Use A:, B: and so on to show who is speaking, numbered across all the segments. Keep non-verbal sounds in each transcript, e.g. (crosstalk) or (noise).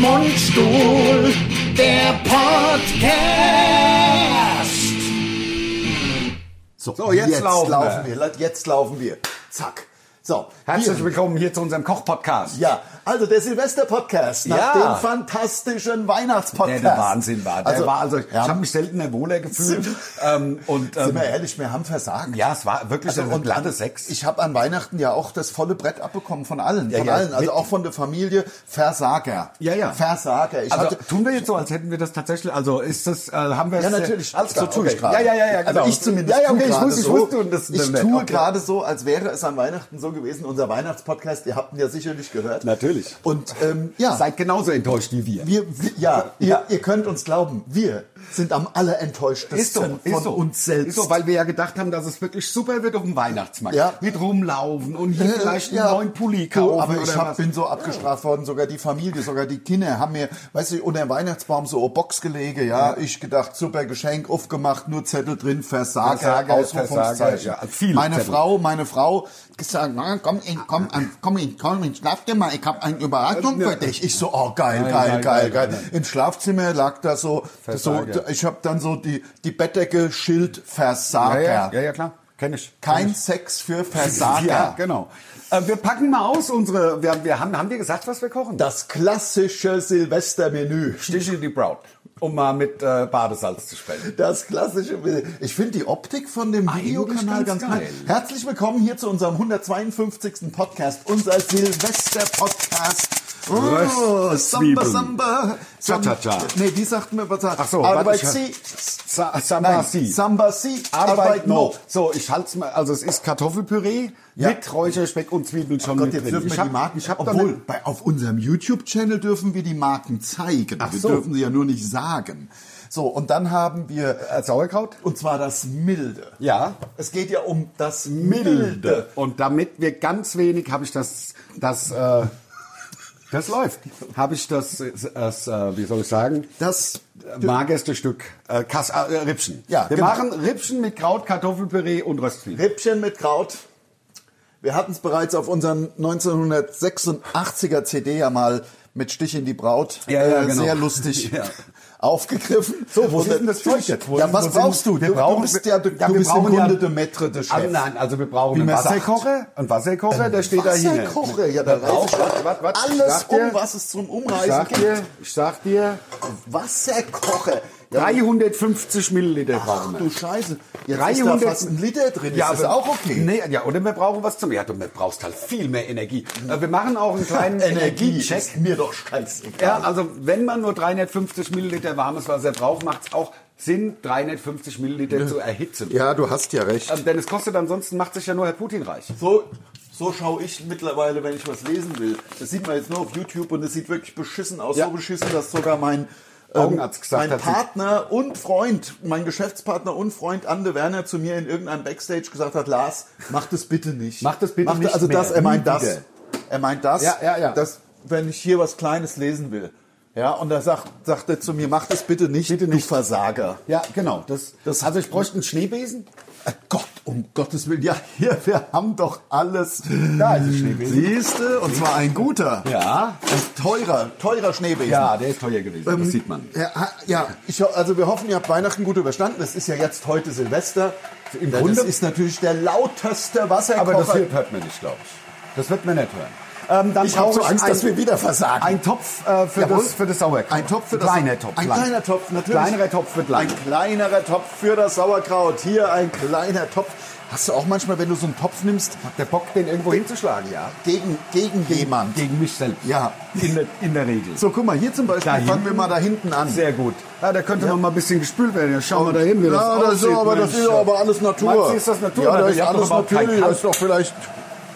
A: Mundstuhl, der Podcast.
B: So,
C: So, jetzt, laufen,
B: Oh, wir.
C: wir. Jetzt laufen wir. Zack. So,
B: Herzlich
C: hier.
B: willkommen hier zu unserem Koch-Podcast.
C: Ja, also der Silvester-Podcast nach
B: Ja.
C: dem fantastischen
B: Der,
C: Weihnachtspodcast.
B: der Wahnsinn war. Der
C: Also,
B: war also,
C: ja.
B: Ich habe mich seltener wohler gefühlt. ähm, und,
C: Sind wir
B: ähm,
C: ehrlich, wir haben versagt.
B: ja, es war wirklich so ein glatte Sechs.
C: Ich habe an Weihnachten ja auch das volle Brett abbekommen von allen,
B: Ja,
C: von
B: ja,
C: allen, also
B: mit-
C: auch von der Familie Versager.
B: Ja, ja.
C: Versager. Ich
B: also
C: hatte
B: tun wir jetzt so, als hätten wir das tatsächlich, also ist das, äh, haben wir
C: ja,
B: es-
C: natürlich.
B: Alles
C: so
B: klar,
C: tue
B: okay.
C: ich gerade.
B: Ja, ja, ja, ja, genau.
C: Also ich zumindest.
B: Ja, ja, okay,
C: tue
B: ich
C: gerade
B: wusste, ich
C: so.
B: wusste und das
C: ich
B: ne,
C: tue
B: okay.
C: gerade so, als wäre es an Weihnachten so gewesen. Unser Weihnachtspodcast, ihr habt ihn ja sicherlich gehört.
B: Natürlich.
C: Und ähm, ja,
B: Seid genauso enttäuscht wie wir.
C: wir, wir ja, ihr,
B: Ja.
C: ihr könnt uns glauben, wir sind am allerenttäuschtesten
B: Ist so,
C: von
B: ist so.
C: uns selbst.
B: Ist so, weil wir ja gedacht haben, dass es wirklich super wird auf dem Weihnachtsmarkt.
C: Ja.
B: Mit rumlaufen und hier
C: Äh,
B: vielleicht einen
C: ja.
B: neuen Pulli
C: Du,
B: kaufen.
C: aber ich
B: oder
C: hab,
B: was.
C: bin so abgestraft worden, sogar die Familie, sogar die Kinder haben mir, weißt du, unter dem Weihnachtsbaum so eine Box gelege, ja, ich gedacht, super Geschenk, aufgemacht, nur Zettel drin, Versager,
B: Versager,
C: Ausrufungszeichen.
B: Versager, ja, viele
C: meine
B: Zettel.
C: Frau, meine Frau gesagt, na, komm, in, komm, an, komm, in, komm, in, schlaf dir mal, ich habe eine Überraschung für dich. Ich so, oh geil,
B: Geil,
C: geil,
B: geil,
C: geil, geil.
B: geil,
C: Im Schlafzimmer lag da so, so
B: Versager.
C: ich habe dann so die, die Bettdecke, Schild, Versager.
B: ja, ja, ja, ja, klar. Kenn ich.
C: Kein Sex für Versager.
B: Ja, genau. Äh, wir packen mal aus unsere. Wir, wir haben, haben wir gesagt, was wir kochen?
C: Das klassische Silvestermenü.
B: Stich in die Braut, um mal mit äh, Badesalz zu sprechen.
C: Das klassische Menü. Ich finde die Optik von dem
B: Eigentlich
C: Videokanal
B: ganz
C: ganz,
B: geil.
C: geil. Herzlich willkommen hier zu unserem 152. Podcast, unser Silvester-Podcast. Samba,
B: Röstzwiebeln.
C: Samba. Samba.
B: Cha-cha-cha.
C: Nee, die sagt mir was.
B: Ach so, warte,
C: Arbeit
B: ich hab-
C: sie.
B: Sa
C: Nein,
B: Samba Si.
C: Samba si.
B: Arbeit, no. So, ich halt's mal. Also es ist Kartoffelpüree
C: Ja.
B: mit Räucherspeck und Zwiebeln schon
C: Gott,
B: mit
C: jetzt
B: drin.
C: dürfen wir
B: ich
C: die Marken,
B: ich hab
C: obwohl,
B: da eine-
C: bei, auf unserem YouTube-Channel dürfen wir die Marken zeigen.
B: Ach
C: wir
B: so.
C: dürfen sie ja nur nicht sagen. So, und dann haben wir
B: äh, Sauerkraut.
C: Und zwar das Milde.
B: Ja.
C: Es geht ja um das
B: Milde.
C: Milde.
B: Und damit wir ganz wenig, habe ich das, das, äh, das läuft. Habe ich das, äh, das äh, wie soll ich sagen,
C: Das
B: magerste Stück äh, Kass, äh, Rippchen.
C: Ja,
B: wir
C: genau.
B: machen Rippchen mit Kraut, Kartoffelpüree und Röstzwiebeln.
C: Rippchen mit Kraut. Wir hatten es bereits auf unseren 1986er CD ja mal mit Stich in die Braut Äh,
B: Ja, ja, genau.
C: sehr lustig
B: (laughs) Ja.
C: aufgegriffen.
B: So, wo
C: Und
B: ist denn das Zeug jetzt? Wo
C: ja,
B: sind-
C: was
B: wo sind-
C: brauchst du?
B: Wir
C: Du,
B: brauchen-
C: du bist ja, du,
B: Ja,
C: du
B: wir
C: bist im
B: brauchen ja-
C: Grunde der Maître de Chef.
B: Also nein, also wir brauchen
C: Wie
B: einen
C: man sagt.
B: Wasserkocher. Einen Wasserkocher, der steht da hier.
C: Wasserkocher, ja, da reißt
B: warte, warte, warte. Ich
C: alles
B: sag
C: um,
B: dir,
C: was es zum
B: Ich
C: Umreißen
B: sag
C: gibt.
B: dir, ich sag dir,
C: Wasserkocher. Ja,
B: 350 Milliliter brauchen
C: Ach
B: wir.
C: du Scheiße. Jetzt ist da fast ein Liter drin. ist das
B: aber-
C: auch okay?
B: Nee, ja, oder wir brauchen was zum. Ja, du brauchst halt viel mehr Energie. Äh, Wir machen auch einen kleinen
C: (laughs)
B: Energiecheck.
C: mir doch scheißegal.
B: Ja, also wenn man nur 350 Milliliter warmes Wasser braucht, macht es auch Sinn, 350 Milliliter zu erhitzen.
C: Ja, du hast ja recht.
B: Ähm, Denn es kostet ansonsten, macht sich ja nur Herr Putin reich.
C: So, so schaue ich mittlerweile, wenn ich was lesen will. Das sieht man jetzt nur auf YouTube und es sieht wirklich beschissen aus.
B: Ja.
C: So beschissen, dass sogar mein, ähm,
B: Augenarzt gesagt
C: mein
B: hat, sie-
C: Partner und Freund, mein Geschäftspartner und Freund Ande Werner zu mir in irgendeinem Backstage gesagt hat, Lars, mach das bitte nicht.
B: Mach das bitte nicht
C: Also
B: mehr.
C: das, er meint
B: Nie
C: das.
B: wieder.
C: Er meint das,
B: Ja, ja, ja.
C: dass wenn ich hier was Kleines lesen will. Ja, und da sagt, sagt er zu mir, mach das bitte nicht, du Versager.
B: Ja, genau. Das,
C: Das-
B: also ich bräuchte einen Schneebesen.
C: Gott, um Gottes Willen, ja, hier, wir haben doch alles.
B: Da ist ein Schneebesen.
C: Siehst du, und zwar ein guter.
B: Ja.
C: Ein teurer, teurer Schneebesen.
B: Ja, der ist teuer gewesen,
C: Ähm,
B: das sieht man.
C: Ja, ha- ja ich, ho- also wir hoffen, ihr habt Weihnachten gut überstanden. Es ist ja jetzt heute Silvester.
B: Im
C: das
B: Grunde-
C: ist natürlich der lauteste Wasserkocher.
B: Aber das hier hört man nicht, glaube ich. Das wird man nicht hören. Ähm, dann
C: ich habe
B: brauche
C: so Angst,
B: ein-
C: dass wir wieder versagen.
B: Ein Topf äh, für,
C: Jawohl.
B: das, für das Sauerkraut.
C: Ein Topf für das
B: Kleiner Topf.
C: Ein
B: lang.
C: kleiner Topf, natürlich.
B: Kleinerer Topf wird lang.
C: Ein kleinerer Topf für das Sauerkraut. Hier ein kleiner Topf. Hast du auch manchmal, wenn du so einen Topf nimmst,
B: Der Bock, den irgendwo hinzuschlagen, ja.
C: gegen, gegen jemand?
B: Gegen mich selbst.
C: Ja.
B: In der, in der Regel.
C: So, guck mal, hier zum Beispiel
B: Da
C: fangen
B: hinten?
C: wir mal da hinten an.
B: Sehr gut. Ja, da könnte man mal ein bisschen gespült werden. Ja, schauen wir da hin, wie das
C: ja, das ist
B: aussieht,
C: aber, das
B: Mensch.
C: ist aber alles Natur.
B: Meinst du, ist das Natur?
C: Ja,
B: Oder
C: das ist
B: ihr habt
C: alles
B: doch überhaupt keinen
C: natürlich. Das ist
B: Kalk.
C: doch vielleicht.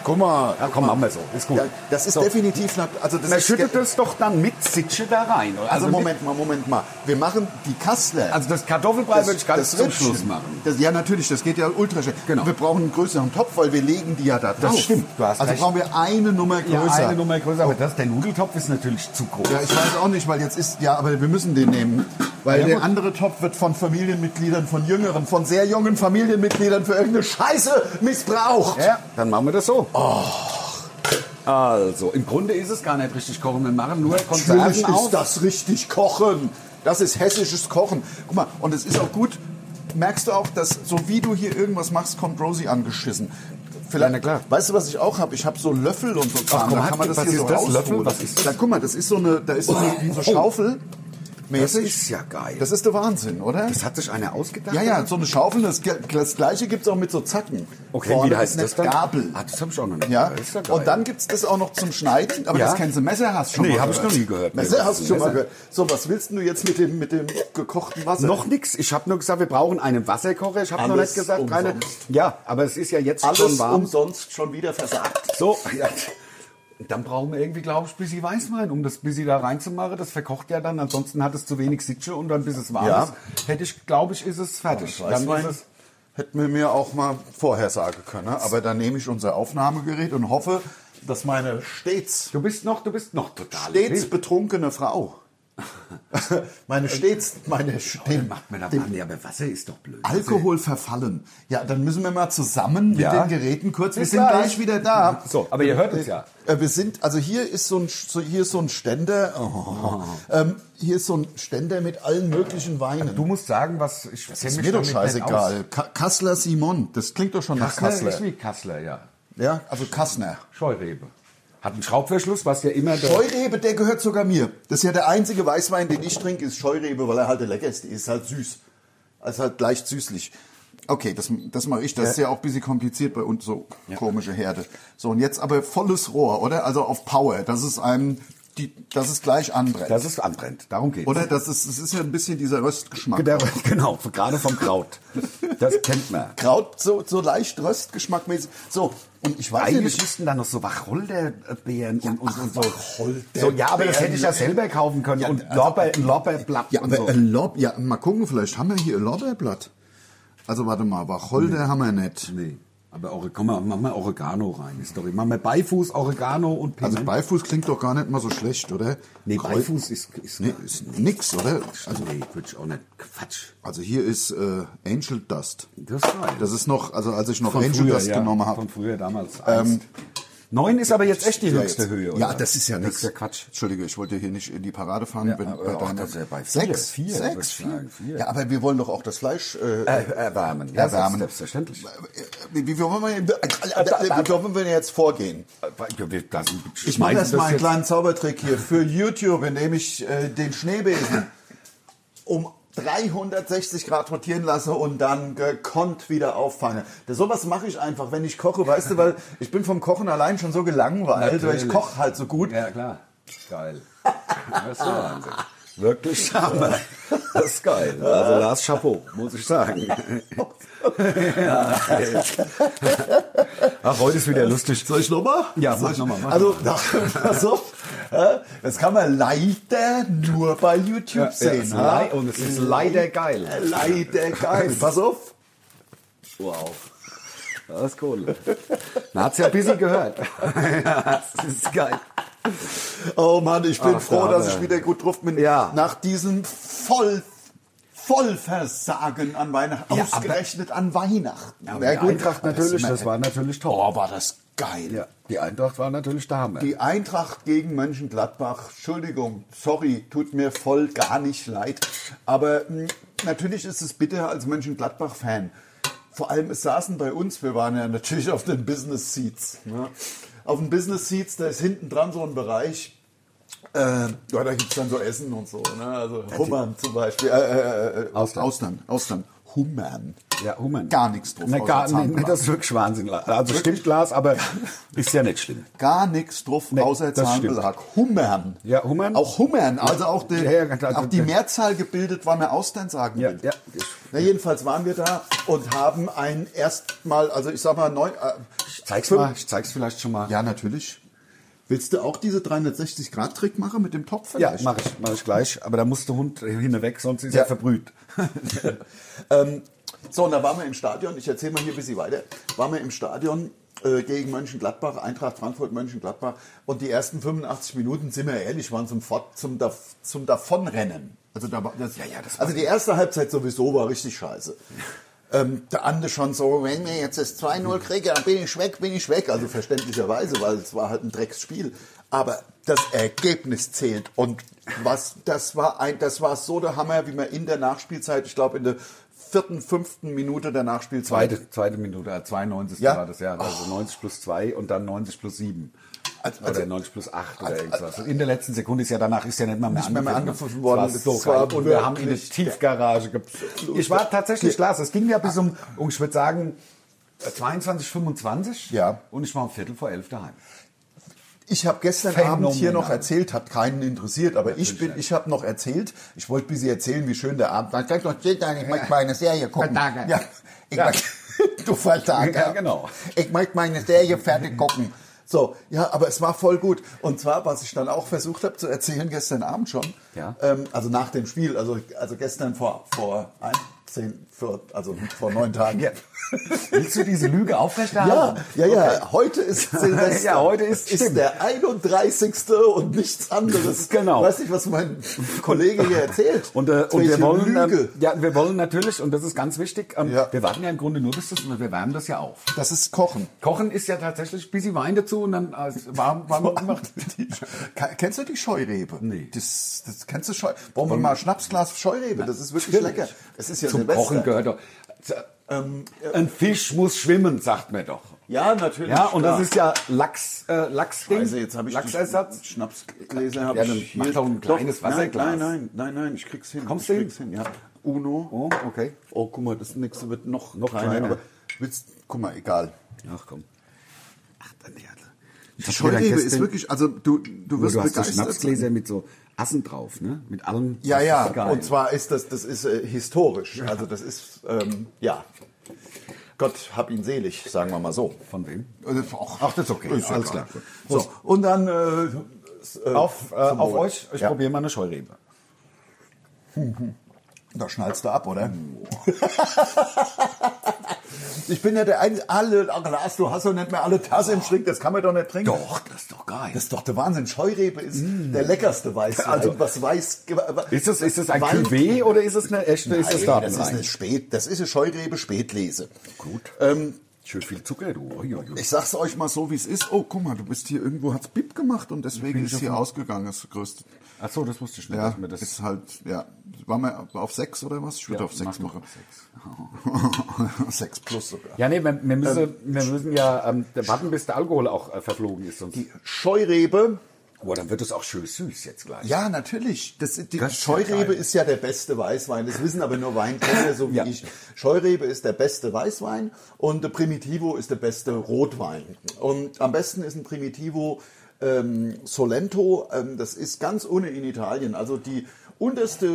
C: Guck mal.
B: Ja, komm, machen wir so. Ist gut.
C: Ja, das ist
B: so.
C: definitiv. nat- Also, das
B: Man
C: ist
B: schüttet es doch dann mit Sitsche da rein. oder?
C: Also,
B: mit-
C: Moment mal, Moment mal. Wir machen die Kassler.
B: Also das Kartoffelbrei würde ich ganz zum
C: Rippchen.
B: Schluss machen.
C: Das, ja, natürlich, das geht ja ultra schnell.
B: Genau.
C: Wir brauchen einen größeren Topf, weil wir legen die ja da drauf.
B: stimmt, du hast
C: also
B: recht.
C: brauchen wir eine Nummer größer.
B: Ja, also. eine Nummer größer. Aber das, der Nudeltopf ist natürlich zu groß.
C: Ja, ich weiß auch nicht, weil jetzt ist, ja, aber wir müssen den nehmen. Weil
B: Ja,
C: der
B: gut.
C: andere Topf wird von Familienmitgliedern, von jüngeren, von sehr jungen Familienmitgliedern für irgendeine Scheiße missbraucht.
B: Oh. Ja, dann machen wir das so. Also, im Grunde ist es gar nicht richtig kochen. Wir machen nur
C: Natürlich
B: Konserven
C: ist
B: auf.
C: das richtig Kochen. Das ist hessisches Kochen. Guck mal, und es ist auch gut, merkst du auch, dass so wie du hier irgendwas machst, kommt Rosie angeschissen. Vielleicht,
B: na klar.
C: Weißt du, was ich auch habe? Ich habe so Löffel und so Kram.
B: komm,
C: da
B: hat-
C: kann man das
B: was
C: hier
B: ist
C: so
B: das?
C: rausholen.
B: Löffel? Was ist das?
C: Da, guck mal, das ist so eine, da ist so eine, so
B: Oh.
C: Schaufel.
B: Das ist ja geil.
C: Das ist der Wahnsinn, oder?
B: Das hat sich einer ausgedacht?
C: Ja, ja, so eine Schaufel. Das, das gleiche gibt es auch mit so Zacken.
B: Okay,
C: Vorne
B: wie
C: ist
B: heißt
C: eine
B: das dann?
C: Gabel.
B: Ah, das habe ich auch noch nicht.
C: Ja,
B: Das ist ja geil.
C: und dann gibt es das auch noch zum Schneiden, aber
B: Ja.
C: das kennst du, Messer hast du schon
B: Nee,
C: mal
B: hab ich noch nie gehört. Nee,
C: Messer
B: was
C: hast du
B: ist
C: schon
B: ein
C: mal
B: Messer?
C: gehört. So, was willst denn du jetzt mit dem, mit dem gekochten Wasser?
B: Noch nichts. Ich habe nur gesagt, wir brauchen einen Wasserkocher. Ich habe noch
C: Alles
B: nicht gesagt,
C: umsonst.
B: reine. Ja, aber es ist ja jetzt schon
C: alles
B: warm.
C: umsonst schon wieder versagt.
B: So, (laughs) ja. Dann brauchen wir irgendwie, glaube ich, ein bisschen Weißwein, um das bisschen da reinzumachen. Das verkocht ja dann. Ansonsten hat es zu wenig Sitze und dann, bis es warm
C: Ja.
B: ist, hätte ich, glaube ich, ist es fertig. Dann ist es,
C: Hätten wir mir auch mal vorher sagen können, ne? aber dann nehme ich unser Aufnahmegerät und hoffe, dass meine stets,
B: du bist noch, du bist noch total.
C: stets betrunkene Frau, (laughs) meine stets, meine stets,
B: Äh, macht mir da Mann, ja, aber Wasser ist doch blöd.
C: Alkohol verfallen. Ja, dann müssen wir mal zusammen mit
B: Also, Ja.
C: den Geräten kurz. Wir
B: Bis
C: sind
B: gleich.
C: gleich. wieder da.
B: So, aber ihr hört es ja.
C: Äh, Wir sind, also hier ist so ein, so hier ist so ein Ständer. Oh. Ähm, hier ist so ein Ständer mit allen möglichen Weinen.
B: Also, Du musst sagen, was ich das
C: ist mir doch scheißegal. Ka- Kassler Simon, das klingt doch schon nach
B: Kassler,
C: Kassler.
B: ist wie Kassler, ja.
C: Ja, also Kassner.
B: Scheurebe. Hat einen Schraubverschluss, was ja immer der
C: Scheurebe, der gehört sogar mir. Das ist ja der einzige Weißwein, den ich trinke, ist Scheurebe, weil er halt der leckerste ist. Ist halt süß. Ist halt leicht süßlich. Okay, das, das mache ich. Das ist ja auch ein bisschen kompliziert bei uns, so komische Herde. So, und jetzt aber volles Rohr, oder? Also auf Power. Das ist einem, die, das ist gleich anbrennt.
B: dass es anbrennt. Darum geht's.
C: oder? Das ist, das ist ja ein bisschen dieser Röstgeschmack. (laughs)
B: Genau, genau, gerade vom Kraut. Das kennt man.
C: Kraut, so, so leicht Röstgeschmackmäßig. So, und ich weiß ja
B: Eigentlich
C: nicht,
B: müssten da noch so Wacholderbeeren und, und, und so.
C: Wacholderbeeren.
B: so. Ja, aber das hätte ich ja selber kaufen können.
C: Ja,
B: und
C: also-
B: Lorbeer, Lorbeerblatt
C: Ja,
B: und
C: aber
B: so.
C: ein Lob, ja, mal gucken, vielleicht haben wir hier ein Lorbeerblatt. Also warte mal, Wacholder haben wir nicht.
B: nee. Aber Ore, komm mal, mach mal Oregano rein. Ist doch, mach mal Beifuß, Oregano und
C: Also
B: Piment.
C: Beifuß klingt doch gar nicht mal so schlecht, oder?
B: Mhm. nee,
C: Kreuz-
B: Beifuß ist, ist,
C: Nee, ist nix, oder?
B: also, nee, würde ich auch nicht. Quatsch.
C: Also hier ist äh, Angel Dust.
B: Das ist geil.
C: Das ist noch, also als ich noch
B: Von
C: Angel
B: früher,
C: Dust
B: ja,
C: genommen habe.
B: Von früher damals. Ähm, Neun ist aber jetzt echt die
C: Ja,
B: höchste
C: jetzt-
B: Höhe, oder?
C: Ja, das ist ja nichts.
B: Das ist ja Quatsch.
C: Entschuldige, ich wollte hier nicht in die Parade fahren.
B: Ja,
C: wenn
B: aber
C: bei
B: auch,
C: deiner-
B: dass er bei vier-
C: sechs,
B: vier, würde
C: sechs,
B: ich
C: vier.
B: sagen, vier.
C: Ja, aber wir wollen doch auch das Fleisch äh,
B: erwärmen. Ja,
C: erwärmen. Äh,
B: selbstverständlich.
C: Wie, wie, wollen
B: Also,
C: wir, wie wollen wir denn jetzt vorgehen?
B: Ja, wir- das-
C: Ich mache
B: das
C: jetzt mal einen
B: jetzt-
C: kleinen Zaubertrick hier für YouTube, indem ich äh, den Schneebesen um 360 Grad rotieren lasse und dann gekonnt wieder auffange. Das, sowas mache ich einfach, wenn ich koche, weißt du, weil ich bin vom Kochen allein schon so gelangweilt, weil ich
B: Natürlich.
C: koche halt so gut.
B: Ja, klar. Geil. Das ist
C: (laughs)
B: der Wahnsinn. Wirklich Schame. Das ist geil. Also Lars Chapeau, muss ich
C: (laughs)
B: sagen. Ach, heute ist wieder lustig.
C: Soll ich nochmal?
B: Ja,
C: Soll
B: mach
C: ich-
B: noch mal, mach
C: Also, (laughs) pass auf, äh, das kann man leider nur bei YouTube
B: Ja, ja,
C: sehen.
B: ist
C: ha?
B: lei- und es ist leider geil. (laughs)
C: Leider geil. Pass auf.
B: Wow. Das ist cool. Man hat's ja ein bisschen (laughs) gehört. Das ist geil.
C: Oh Mann, ich bin
B: Ach,
C: froh,
B: da
C: dass
B: haben
C: ich
B: wir.
C: wieder gut drauf bin.
B: Ja.
C: Nach diesem voll Vollversagen an Weihnachten.
B: Ja, aber-
C: ausgerechnet an Weihnachten.
B: Aber die Eintracht natürlich, das war natürlich top.
C: Oh, war das geil.
B: Ja, die Eintracht war natürlich der Hammer.
C: Die Eintracht gegen Mönchengladbach, Entschuldigung, sorry, tut mir voll gar nicht leid. Aber mh, natürlich ist es bitter als Mönchengladbach-Fan. Vor allem, es saßen bei uns, wir waren ja natürlich auf den Business Seats. Ne? Auf den Business Seats, da ist hinten dran so ein Bereich. Äh, ja, da gibt es dann so Essen und so. Ne? Also Hummern zum Beispiel. Äh, äh, äh,
B: Austern.
C: Austern. Austern. Hummern.
B: Ja, Human.
C: Ne, Gar nichts drauf.
B: Na,
C: außer
B: gar, nee,
C: Zahnpasta.
B: nee, das ist wirklich Wahnsinn. Lars. Also stimmt Glas, aber ist ja nicht schlimm.
C: gar nichts drauf,
B: Nee,
C: außer
B: das stimmt.
C: Zahnbelag. Hummern.
B: Ja, Hummern.
C: Auch Hummern, also auch die,
B: Ja, ja, klar.
C: auch die Mehrzahl gebildet, weil man Austern sagen
B: Ja,
C: will.
B: ja.
C: Na, jedenfalls waren wir da und haben ein erstmal, also ich sag mal, neun, äh,
B: Ich zeig's
C: fünf-
B: mal, ich zeig's vielleicht schon mal.
C: Ja, natürlich. Willst du auch diese 360-Grad-Trick machen mit dem Topf?
B: Ja,
C: vielleicht?
B: mach ich, mach ich gleich. Aber da muss der Hund hinweg, sonst ist er
C: Ja.
B: verbrüht.
C: ähm, so, und da waren wir im Stadion, ich erzähle mal hier ein bisschen weiter, waren wir im Stadion äh, gegen Mönchengladbach, Eintracht Frankfurt, Mönchengladbach und die ersten 85 Minuten, sind wir ehrlich, waren zum, Fort, zum, Dav- zum Davonrennen. Also, da war, das,
B: ja, das war-
C: also die erste Halbzeit sowieso war richtig scheiße. ähm, der andere schon so, wenn wir jetzt das 2-0 kriegen, dann bin ich weg, bin ich weg. Also verständlicherweise, weil es war halt ein Drecksspiel. Aber das Ergebnis zählt. Und was, das war ein, das war so der Hammer, wie man in der Nachspielzeit, ich glaube in der vierten, fünften Minute der Nachspielzeit.
B: Zweite, zweite Minute, äh, 92.
C: Ja.
B: war das ja. Also 90 plus 2 und dann 90 plus 7.
C: Also-
B: oder
C: also-
B: 90 plus 8 oder irgendwas. Also In der letzten Sekunde ist ja danach ist ja nicht mal mehr,
C: Nicht mehr mehr angepfiffen worden.
B: Das war so
C: Das war
B: geil. und wir haben in der
C: wirklich-
B: Tiefgarage ge Ich war tatsächlich klar, es ging ja
C: Ah.
B: bis um, um ich würde sagen, 22, 25.
C: Ja.
B: Und ich war um Viertel vor elf daheim.
C: Ich habe gestern
B: Phänomenal.
C: Abend hier noch erzählt, hat keinen interessiert, aber ich bin,
B: nicht.
C: ich habe noch erzählt, ich wollte bis Sie erzählen, wie schön der Abend war. Ich kann doch nicht sagen, ich mag meine Serie gucken.
B: Vertage.
C: Ja, ich
B: Ja.
C: Mag, (laughs) du Vertager.
B: Ja, genau.
C: Ich mag meine Serie fertig gucken. So, ja, aber es war voll gut. Und zwar, was ich dann auch versucht habe zu erzählen gestern Abend schon,
B: Ja.
C: ähm, also nach dem Spiel, also, also gestern vor, vor 10, vor, also vor neun Tagen.
B: Ja. (laughs) Willst du diese Lüge
C: Ja,
B: aufrechterhalten?
C: ja, ja. Heute (laughs) ist Silvester.
B: Ja, heute ist-
C: ist
B: stimmt.
C: der 31. und nichts anderes.
B: Genau.
C: Weiß nicht, was mein Kollege hier erzählt.
B: Und, äh, und wir
C: Welche
B: wollen, ähm,
C: Lüge.
B: ja, wir wollen natürlich, und das ist ganz wichtig, ähm,
C: Ja.
B: wir warten ja im Grunde nur bis das, wir wärmen das ja auf.
C: Das ist Kochen.
B: Kochen ist ja tatsächlich ein bisschen Wein dazu und dann äh, warm,
C: (laughs)
B: warm gemacht.
C: Ke- Kennst du die Scheurebe?
B: Nee.
C: Das, das kennst du Scheu. Brauchen wir mal ein Schnapsglas Scheurebe? Das ist wirklich
B: Natürlich.
C: lecker. Es ist ja
B: Zum
C: Silvester. Ähm, äh,
B: Kochen gehört doch. Z- Ein Fisch muss schwimmen, sagt man doch.
C: Ja, natürlich.
B: Ja, und
C: klar.
B: das ist ja Lachs, äh, Lachsding.
C: Scheiße, jetzt habe ich
B: Lachsersatz.
C: die Schnapsgläser habe
B: Ja, dann
C: Äh, ich
B: mach doch ein kleines Wasserglas.
C: Nein, nein, nein, nein, ich krieg's hin.
B: Kommst
C: ich
B: du
C: krieg's hin? Ja. Uno.
B: Oh, okay.
C: Oh, guck mal, das nächste wird noch,
B: Noch
C: kleiner.
B: kleiner.
C: Aber willst, guck mal, egal.
B: Ach komm. Ach, dann ja.
C: Die Scheurebe ist wirklich, also du, du wirst
B: Du hast so
C: begeistert.
B: Schnapsgläser mit so Assen drauf, ne? Mit allem.
C: ja,
B: Das
C: ja,
B: ist geil.
C: und zwar ist das, das ist äh, historisch. Also das ist, ähm, ja. Gott hab ihn selig, sagen wir mal so.
B: Von wem?
C: Ach, das ist okay.
B: Ist
C: alles
B: egal.
C: klar. So, und dann äh, s- äh,
B: Auf, äh,
C: zum
B: auf
C: Wohl.
B: euch. Ich
C: Ja.
B: probiere mal eine Scheurebe.
C: Da schnallst du ab, oder? (laughs) ich bin ja der Einzige, alle, ach Lars, du hast doch nicht mehr alle Tasse im Schrank, das kann man doch nicht trinken.
B: Doch, das ist doch geil.
C: Das ist doch der Wahnsinn. Scheurebe ist der leckerste Weißwein.
B: Also-
C: was weiß...
B: ist das, ist das ein
C: Wein-
B: Cuvée oder ist es eine echte? ist
C: Nein,
B: das
C: das ist
B: Datenrein?
C: eine Spät, das ist eine Scheurebe Spätlese.
B: Gut.
C: Ähm,
B: Schön viel Zucker, du. Ui, ui, ui.
C: ich sag's euch mal so, wie es ist. Oh, guck mal, du bist hier irgendwo, hat's Bip gemacht und deswegen ist hier ausgegangen, das größte.
B: Ach so, das wusste ich nicht,
C: Ja,
B: dass mir das
C: ist halt, ja. Waren wir auf sechs oder was? Ich würde
B: Ja,
C: auf sechs
B: mach doch
C: machen. (laughs) Sechs plus sogar.
B: Ja, nee, wir, wir, müssen, wir müssen ja ähm, warten, bis der Alkohol auch äh, verflogen ist. Sonst,
C: Die Scheurebe.
B: boah, Oh, dann wird es auch schön süß jetzt gleich.
C: Ja, natürlich. Das, die
B: Das ist ja
C: Scheurebe
B: geil.
C: ist ja der beste Weißwein. Das wissen aber nur Weinkenner, so wie
B: Ja.
C: ich. Scheurebe ist der beste Weißwein und der Primitivo ist der beste Rotwein. Und am besten ist ein Primitivo ähm, Solento. Ähm, das ist ganz ohne in Italien. Also die unterste,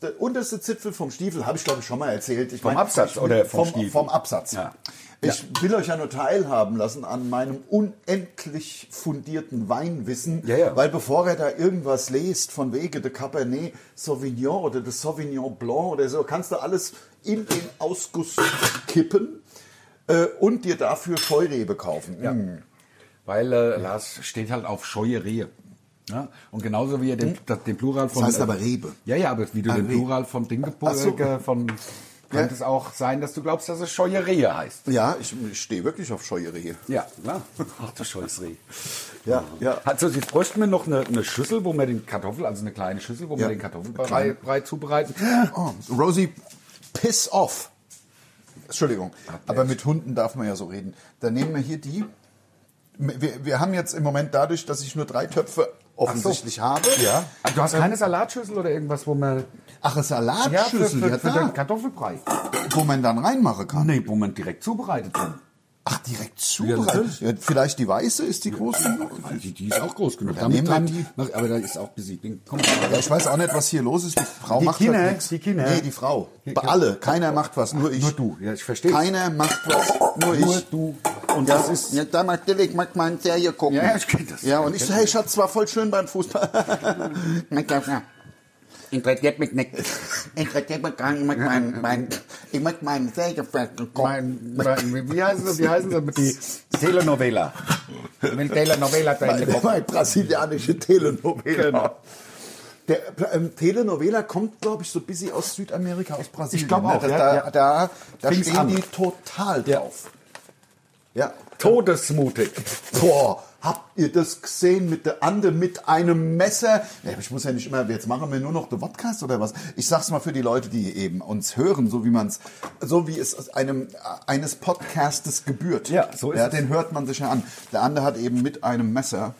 C: der unterste Zipfel vom Stiefel habe ich glaube ich schon mal erzählt. Ich
B: Vom Absatz
C: ich will-
B: oder vom Stiefel?
C: Vom Absatz.
B: Ja.
C: Ich will euch ja nur teilhaben lassen an meinem unendlich fundierten Weinwissen,
B: Ja, ja.
C: weil bevor er da irgendwas lest von wegen der Cabernet Sauvignon oder des Sauvignon Blanc oder so, kannst du alles in den Ausguss kippen äh, und dir dafür Scheurebe kaufen. Mm.
B: Weil äh, Lars steht halt auf scheue Rehe. Ja? Und genauso wie er den, das- den Plural von...
C: heißt
B: äh,
C: aber Rebe. Ah,
B: Ja, ja, aber wie du den
C: Rebe.
B: Plural von Dingeburg...
C: Ach so.
B: äh, von,
C: Ja.
B: Könnte es auch sein, dass du glaubst, dass es scheue Rehe heißt.
C: Ja, ich, ich stehe wirklich auf Scheurebe.
B: Ja, klar. (laughs) Ach, du scheues Reh.
C: Ja, ja.
B: Also, Sie bräuchten mir noch eine, eine Schüssel, wo wir den Kartoffel, also eine kleine Schüssel, wo
C: Ja.
B: wir den Kartoffelbrei Brei zubereiten.
C: Oh, Rosie, piss off. Entschuldigung, aber mit Hunden darf man ja so reden. Dann nehmen wir hier die. Wir, wir haben jetzt im Moment dadurch, dass ich nur drei Töpfe offensichtlich habe. Ja.
B: Ah, Du hast keine Salatschüssel oder irgendwas, wo man...
C: Ach, eine
B: Ja, Ah. für,
C: Salatschüssel,
B: für,
C: ja,
B: für den
C: klar,
B: Kartoffelbrei.
C: wo man dann reinmachen kann.
B: Nee, wo man direkt zubereitet wird.
C: Ach, direkt zubereitet.
B: natürlich.
C: Ja, vielleicht die weiße ist die große. genug.
B: Die, die ist auch groß genug.
C: Dann nehmen wir
B: kann-
C: die.
B: mach- aber da ist auch besiegt. Komm mal.
C: Ja, ich weiß auch nicht, was hier los ist. Die Frau
B: Die
C: macht
B: Kinder,
C: halt nichts.
B: die Kinder.
C: Nee, die Frau. Bei alle. Keiner macht was, nur ich.
B: Nur du. Ja, ich verstehe.
C: Keiner macht was, nur ich.
B: Nur du. Und das ist.
C: Ja, da mag Dillig, mag mal eine Serie gucken.
B: Ja, ja, ich kenn das.
C: Ja, und ich so, hey Schatz, war voll schön beim Fußball.
A: Interessiert mich nicht. Interessiert mich gar nicht. Ich mag mein, mein, ich mag meinen Säge
B: Mein, mein, wie heißen das? Wie heißen das mit die Telenovela? Wenn Telenovela zu Ende
C: (laughs) meine,
B: kommt. Genau.
C: meine brasilianische Telenovela. Der ähm, Telenovela kommt, glaube ich, so ein bisschen aus Südamerika, aus Brasilien.
B: Ich glaub auch,
C: ne? Das-
B: ja,
C: da
B: ja.
C: da, da
B: Fing's
C: stehen
B: an.
C: die total drauf. Ja.
B: Todesmutig.
C: Boah, habt ihr das gesehen mit der Ande mit einem Messer? Ja, ich muss ja nicht immer, jetzt machen wir nur noch den Podcast oder was? Ich sag's mal für die Leute, die eben uns hören, so wie man's, so wie es aus einem, äh, eines Podcastes gebührt.
B: Ja, so ist
C: ja,
B: es.
C: Den hört man sich ja an. Der Ande hat eben mit einem Messer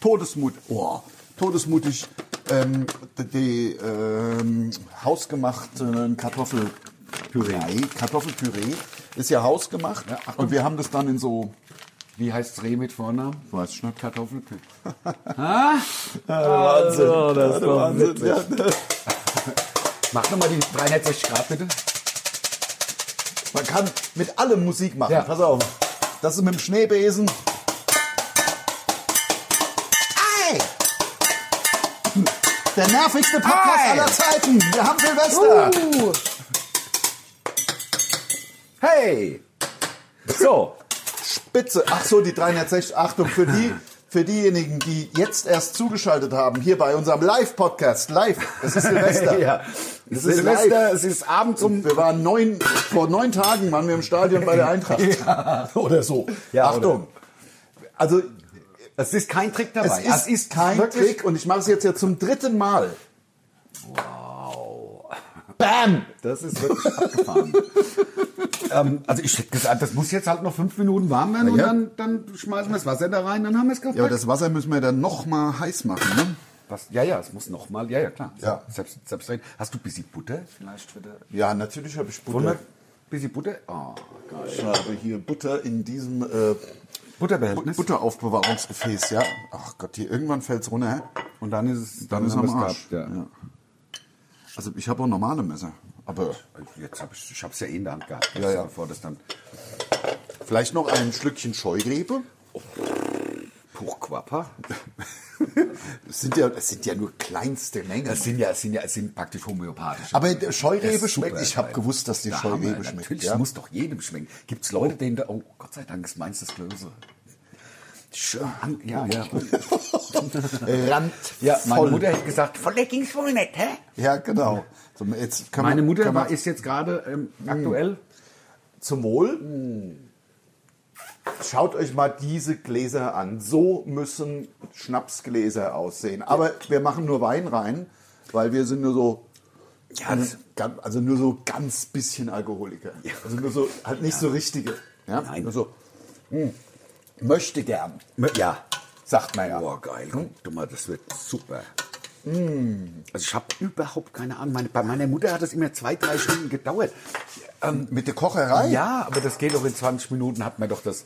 C: Todesmut, oh, todesmutig ähm, die ähm, hausgemachten Kartoffelpüree. Kartoffelpüree ist ja hausgemacht und wir haben das dann in so
B: Wie heißt Reh mit Vornamen?
C: Weiß ich nicht. (laughs)
B: Kartoffelpü.
C: Ah, Wahnsinn.
B: Also, das
C: Ja,
B: ist
C: der
B: doch
C: Wahnsinn.
B: witzig.
C: Ja, ne?
B: Mach nochmal die 360 Grad bitte.
C: Man kann mit allem Musik machen.
B: Ja.
C: Pass auf. Das ist mit dem Schneebesen. Ei! Der nervigste Podcast
B: Ei! Uh.
C: aller Zeiten. Wir haben Silvester.
B: Hey! So,
C: Spitze. Ach so, die 360. Achtung, für die, für diejenigen, die jetzt erst zugeschaltet haben, hier bei unserem Live-Podcast. Live. Es ist
B: (laughs)
C: Silvester.
B: ja.
C: Es ist
B: Silvester,
C: live.
B: es ist um Abend zum.
C: Wir waren neun, vor neun Tagen waren wir im Stadion
B: (laughs)
C: bei der Eintracht. Oder so.
B: Ja,
C: Achtung. Also
B: Es ist kein Trick dabei.
C: es ist, kein
B: wirklich-
C: Trick und ich mache es jetzt ja zum dritten Mal.
B: Wow.
C: Bam!
B: Das ist wirklich abgefahren. ähm, also ich hätte gesagt, das muss jetzt halt noch fünf Minuten warm werden
C: Ja.
B: und dann, dann schmeißen wir das Wasser da rein, dann haben wir es
C: Ja, aber
B: gepackt.
C: das Wasser müssen wir dann noch mal heiß machen. Ne?
B: Was, ja, ja, es muss nochmal, ja, ja, klar.
C: Ja.
B: Selbst, selbst rein. Hast du ein bisschen Butter vielleicht für der...
C: Ja, natürlich habe ich
B: Wollen wir
C: Butter. Ah.
B: ein bisschen Butter? Oh, geil.
C: Ich habe hier Butter in diesem äh, Bu-
B: Butterbehältnis.
C: Butteraufbewahrungsgefäß. Ja. Ach Gott, hier irgendwann fällt es runter.
B: Und dann ist es...
C: Dann ist
B: haben
C: am
B: wir es
C: Arsch.
B: gehabt, ja.
C: Ja. Also ich habe auch normale Messer, aber
B: Äh, Jetzt habe ich, ich hab's ja eh in der Hand gehabt.
C: Ja, ja.
B: Bevor das dann...
C: vielleicht noch ein Schlückchen Scheugrebe.
B: Hochquapper.
C: Es sind ja, es sind ja nur kleinste Mengen.
B: Das sind ja, es sind ja, es sind praktisch homöopathische.
C: Aber der Scheurebe
B: Das ist
C: schmeckt-
B: super,
C: ich hab
B: weil-
C: gewusst, dass die
B: Da
C: Scheurebe
B: haben wir-
C: schmeckt,
B: Natürlich,
C: ja.
B: das muss doch jedem schmecken. Gibt es Leute, denen da, oh Gott sei Dank, ist meins das Klöse. Schön an- Ja, ja.
C: Rand
B: Ja, meine
C: voll.
B: Mutter hätte gesagt, von der ging's wohl nicht, hä?
C: Ja, genau. So, jetzt kann
B: Meine
C: man,
B: Mutter
C: kann
B: war,
C: man
B: ist jetzt gerade ähm, aktuell.
C: zum Wohl. Schaut euch mal diese Gläser an. So müssen Schnapsgläser aussehen. Aber wir machen nur Wein rein, weil wir sind nur so. ganz- ganz- also nur so ganz bisschen Alkoholiker. Also nur so, halt nicht so richtige. Ja?
B: Nein.
C: Nur so, hm, möchte gern,
B: Ja.
C: sagt man ja. Hm?
B: Boah, geil. Guck du mal, das wird super. Also ich habe überhaupt keine Ahnung. Meine, bei meiner Mutter hat das immer zwei, drei Stunden gedauert.
C: Mit der Kocherei?
B: Ja, aber das geht doch in 20 Minuten, hat man doch das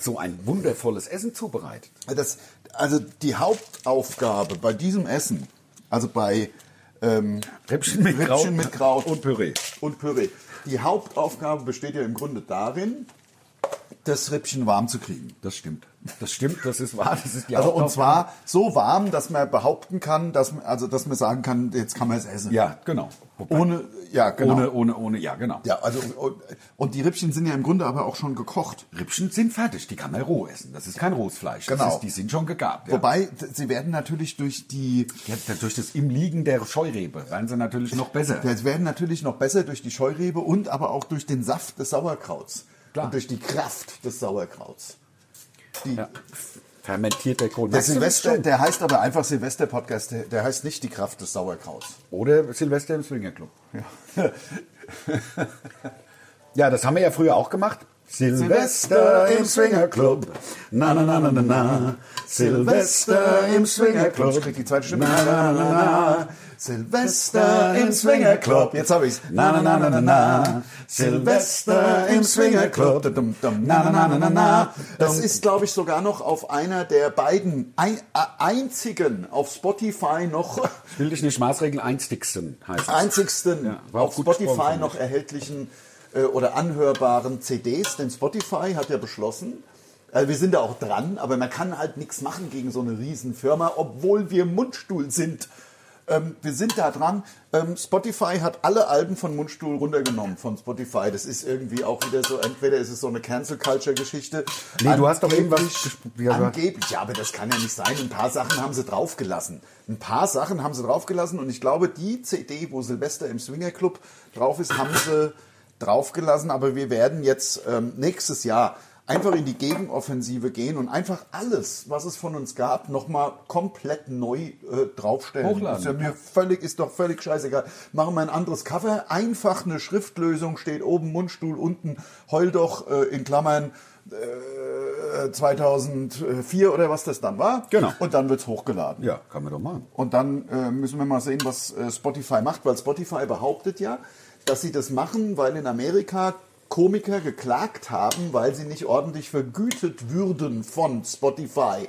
B: so ein wundervolles Essen zubereitet.
C: Das, also die Hauptaufgabe bei diesem Essen, also bei ähm,
B: Rippchen mit Kraut.
C: Rippchen mit Kraut
B: Und Püree.
C: und Püree, die Hauptaufgabe besteht ja im Grunde darin, das Rippchen warm zu kriegen.
B: Das stimmt. Das stimmt, das ist wahr. Das ist die
C: also und
B: Hauptaufgabe.
C: zwar so warm, dass man behaupten kann, dass man, also dass man sagen kann, jetzt kann man es essen.
B: Ja, genau. Wobei-
C: Ohne, ja genau.
B: Ohne, ohne, ohne, ja, genau.
C: Ja, also und, und die Rippchen sind ja im Grunde aber auch schon gekocht.
B: Rippchen sind fertig, die kann man roh essen. Das ist kein rohes Fleisch. Das
C: Genau.
B: ist, die sind schon gegabt. Ja.
C: Wobei sie werden natürlich durch die
B: Ja, durch das im Liegen der Scheurebe werden sie natürlich noch besser.
C: Das werden natürlich noch besser durch die Scheurebe und aber auch durch den Saft des Sauerkrauts.
B: Klar.
C: Und durch die Kraft des Sauerkrauts. Die,
B: Ja. Fermentierter Kohl.
C: Der
B: Merkst du das
C: Silvester,
B: schon?
C: der heißt aber einfach Silvester-Podcast, der, der heißt nicht die Kraft des Sauerkrauts.
B: Oder Silvester im Swingerclub. Ja.
C: (laughs)
B: ja, das haben wir ja früher auch gemacht. Silvester im Swingerclub. Na, na, na, na, na, na. Silvester im
C: Ich
B: Swingerclub.
C: krieg die zweite Stimme.
B: Na, na, na, na, na.
C: Silvester im Swingerclub. Jetzt habe ich's.
B: Na, na, na, na, na, na. Silvester im Swingerclub.
C: Dum, dum,
B: Na, na, na, na, na, na.
C: Das ist, glaube ich, sogar noch auf einer der beiden ein, äh, einzigen auf Spotify noch
B: Ich will dich nicht maßregeln, einsticksten heißt es.
C: einzigsten
B: Ja, war auch
C: auf
B: gut
C: Spotify
B: gesprochen,
C: noch erhältlichen äh, oder anhörbaren CDs, denn Spotify hat ja beschlossen, also wir sind da auch dran, aber man kann halt nichts machen gegen so eine Riesenfirma, obwohl wir Mundstuhl sind. Ähm, wir sind da dran. Ähm, Spotify hat alle Alben von Mundstuhl runtergenommen von Spotify. Das ist irgendwie auch wieder so, entweder ist es so eine Cancel-Culture-Geschichte.
B: Nee, du hast doch
C: Angeblich-
B: eben was gesp- ja, du-
C: Angeblich, ja, aber das kann ja nicht sein. Ein paar Sachen haben sie draufgelassen. Ein paar Sachen haben sie draufgelassen und ich glaube, die CD, wo Silvester im Swingerclub drauf ist, haben sie draufgelassen. Aber wir werden jetzt ähm, nächstes Jahr einfach in die Gegenoffensive gehen und einfach alles, was es von uns gab, nochmal komplett neu äh, draufstellen.
D: Hochladen.
C: Ist ja mir völlig, ist doch völlig scheißegal. Machen wir ein anderes Cover. Einfach eine Schriftlösung steht oben Mundstuhl, unten Heul doch äh, in Klammern. äh, 2004 oder was das dann war.
B: Genau.
C: Und dann wird's hochgeladen.
B: Ja, kann man doch machen.
C: Und dann äh, müssen wir mal sehen, was äh, Spotify macht, weil Spotify behauptet ja, dass sie das machen, weil in Amerika Komiker geklagt haben, weil sie nicht ordentlich vergütet würden von Spotify.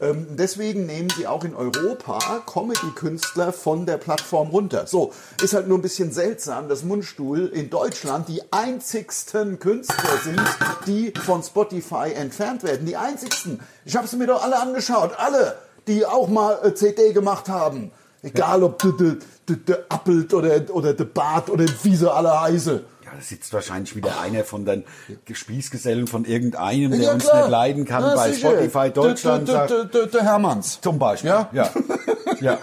C: Ähm, deswegen nehmen sie auch in Europa Comedy-Künstler von der Plattform runter. So, ist halt nur ein bisschen seltsam, dass Mundstuhl in Deutschland die einzigsten Künstler sind, die von Spotify entfernt werden. Die einzigsten. Ich habe sie mir doch alle angeschaut. Alle die auch mal äh, CD gemacht haben. Egal ob de, de, de, de Appelt oder, oder de Bart oder wie sie alle heiße.
B: Ja, da sitzt wahrscheinlich wieder einer von den Spießgesellen von irgendeinem, der
C: Ja,
B: uns
C: klar.
B: nicht leiden kann,
C: Ja,
B: bei
C: sicher.
B: Spotify Deutschland
C: De, de,
B: sagt,
C: de, de, de Hermanns.
B: zum Beispiel.
C: Ja?
B: ja. ja.